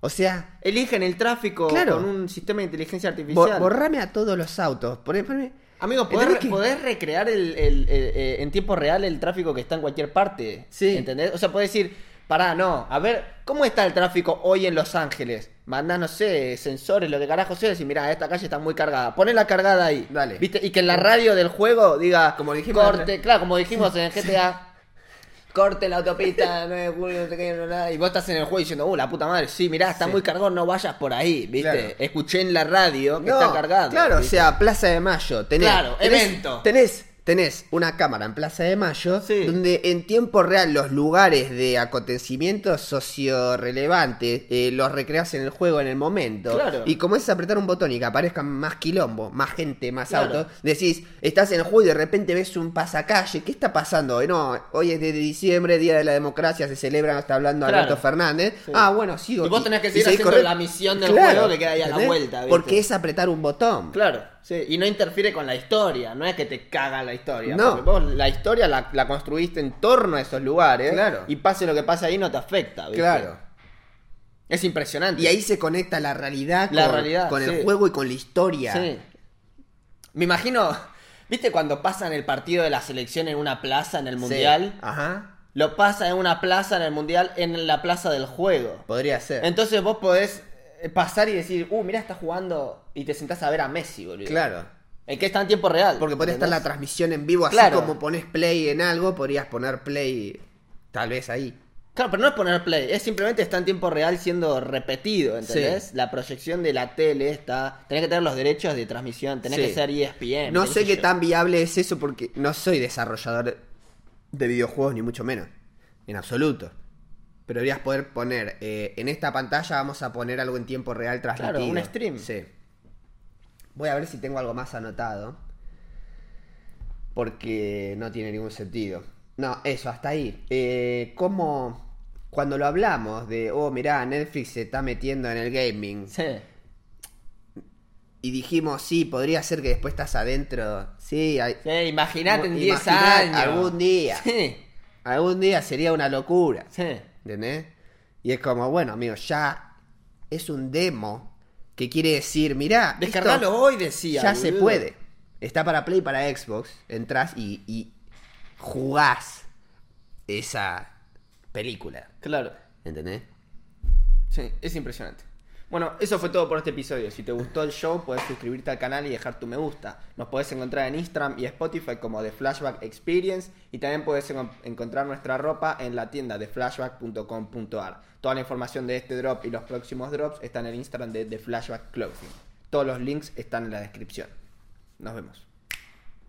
D: O sea,
C: Eligen el tráfico
D: Claro.
C: con un sistema de inteligencia
D: bo-
C: artificial.
D: borrame a todos los autos. poné- poneme-
C: Amigo,
D: ¿Entendés
C: ¿podés,
D: que-
C: podés recrear el, el- el- eh, en tiempo real el tráfico que está en cualquier parte.
D: Sí.
C: ¿Entendés? O sea, podés decir, pará, no, a ver, ¿cómo está el tráfico hoy en Los Ángeles? Mandá, no sé, sensores, lo que carajo sea, decir, mirá, esta calle está muy cargada. Poné la cargada ahí.
D: Dale.
C: ¿Viste? Y que en la radio del juego diga,
D: Como dijimos
C: corte,
D: antes.
C: claro, como dijimos en el GTA. Corte la autopista, no es culo, no sé qué, no nada. Y vos estás en el juego diciendo, uh, la puta madre, sí, mirá, está muy cargón, no vayas por ahí, ¿viste?
D: Claro.
C: Escuché en la radio que
D: No,
C: está cargado.
D: Claro,
C: ¿viste?
D: o sea, Plaza de Mayo. Tenés,
C: Claro,
D: tenés-
C: evento.
D: Tenés, tenés una cámara en Plaza de Mayo
C: Sí.
D: donde en tiempo real los lugares de acontecimientos socio-relevantes eh, los recreas en el juego en el momento.
C: Claro.
D: Y como es apretar un botón y que aparezcan más quilombo, más gente, más
C: Claro.
D: autos, decís, estás en el juego y de repente ves un pasacalle. ¿Qué está pasando hoy? No, hoy es de diciembre, Día de la Democracia, se celebra, está hablando
C: Claro.
D: Alberto Fernández. Ah, bueno, sigo.
C: Y vos tenés que seguir
D: seguís
C: haciendo
D: corriendo.
C: la misión del juego que queda ahí a la vuelta, ¿viste?
D: Porque es apretar un botón.
C: Claro, sí, y no interfiere con la historia, no es que te caga la historia.
D: No.
C: porque vos la historia la, la construiste en torno a esos lugares.
D: Claro.
C: Y pase lo que pase ahí no te afecta, ¿viste?
D: Claro.
C: Es impresionante.
D: Y ahí se conecta la realidad
C: La
D: con,
C: realidad,
D: con el
C: sí.
D: juego y con la historia.
C: Sí. Me imagino, ¿Viste cuando pasan el partido de la selección en una plaza en el mundial?
D: Ajá.
C: Lo pasan en una plaza en el mundial en la plaza del juego.
D: Podría ser.
C: Entonces vos podés eh, pasar y decir, uh, mirá, está jugando. Y te sentás a ver a Messi, boludo.
D: Claro.
C: El que está en tiempo real.
D: Porque podría estar la
C: ¿entendés?
D: transmisión en vivo, así
C: Claro.
D: como pones play en algo, podrías poner play tal vez ahí.
C: Claro, pero no es poner play, es simplemente está en tiempo real siendo repetido, ¿entendés?
D: Sí.
C: La proyección de la tele está. Tenés que tener los derechos de transmisión, tenés
D: Sí.
C: que ser E ESPN.
D: No sé qué
C: yo.
D: tan viable es eso porque no soy desarrollador de videojuegos ni mucho menos. En absoluto. Pero deberías poder poner eh, en esta pantalla vamos a poner algo en tiempo real transmitido.
C: un stream.
D: Sí. Voy a ver si tengo algo más anotado. Porque no tiene ningún sentido. No, eso, hasta ahí. Eh, como cuando lo hablamos de, oh, mirá, Netflix se está metiendo en el gaming.
C: Sí.
D: Y dijimos, sí, podría ser que después estás adentro. Sí, hay,
C: Sí, imaginate en 10
D: Imaginá
C: años.
D: algún día.
C: Sí,
D: Algún día sería una locura.
C: sí.
D: ¿Entendés? Y es como, bueno, amigo, ya es un demo que quiere decir, mirá,
C: Descargalo
D: esto
C: hoy, decía.
D: ya se
C: boludo.
D: puede. Está para Play, para Xbox. Entrás y, y jugás esa película.
C: Claro,
D: ¿Entendés?
C: sí, es impresionante. Bueno, eso fue todo por este episodio. Si te gustó el show, puedes suscribirte al canal y dejar tu me gusta. Nos podés encontrar en Instagram y Spotify como The Flashback Experience y también podés en- encontrar nuestra ropa en la tienda de flashback.com.ar. Toda la información de este drop y los próximos drops está en el Instagram de The Flashback Clothing. Todos los links están en la descripción. Nos vemos.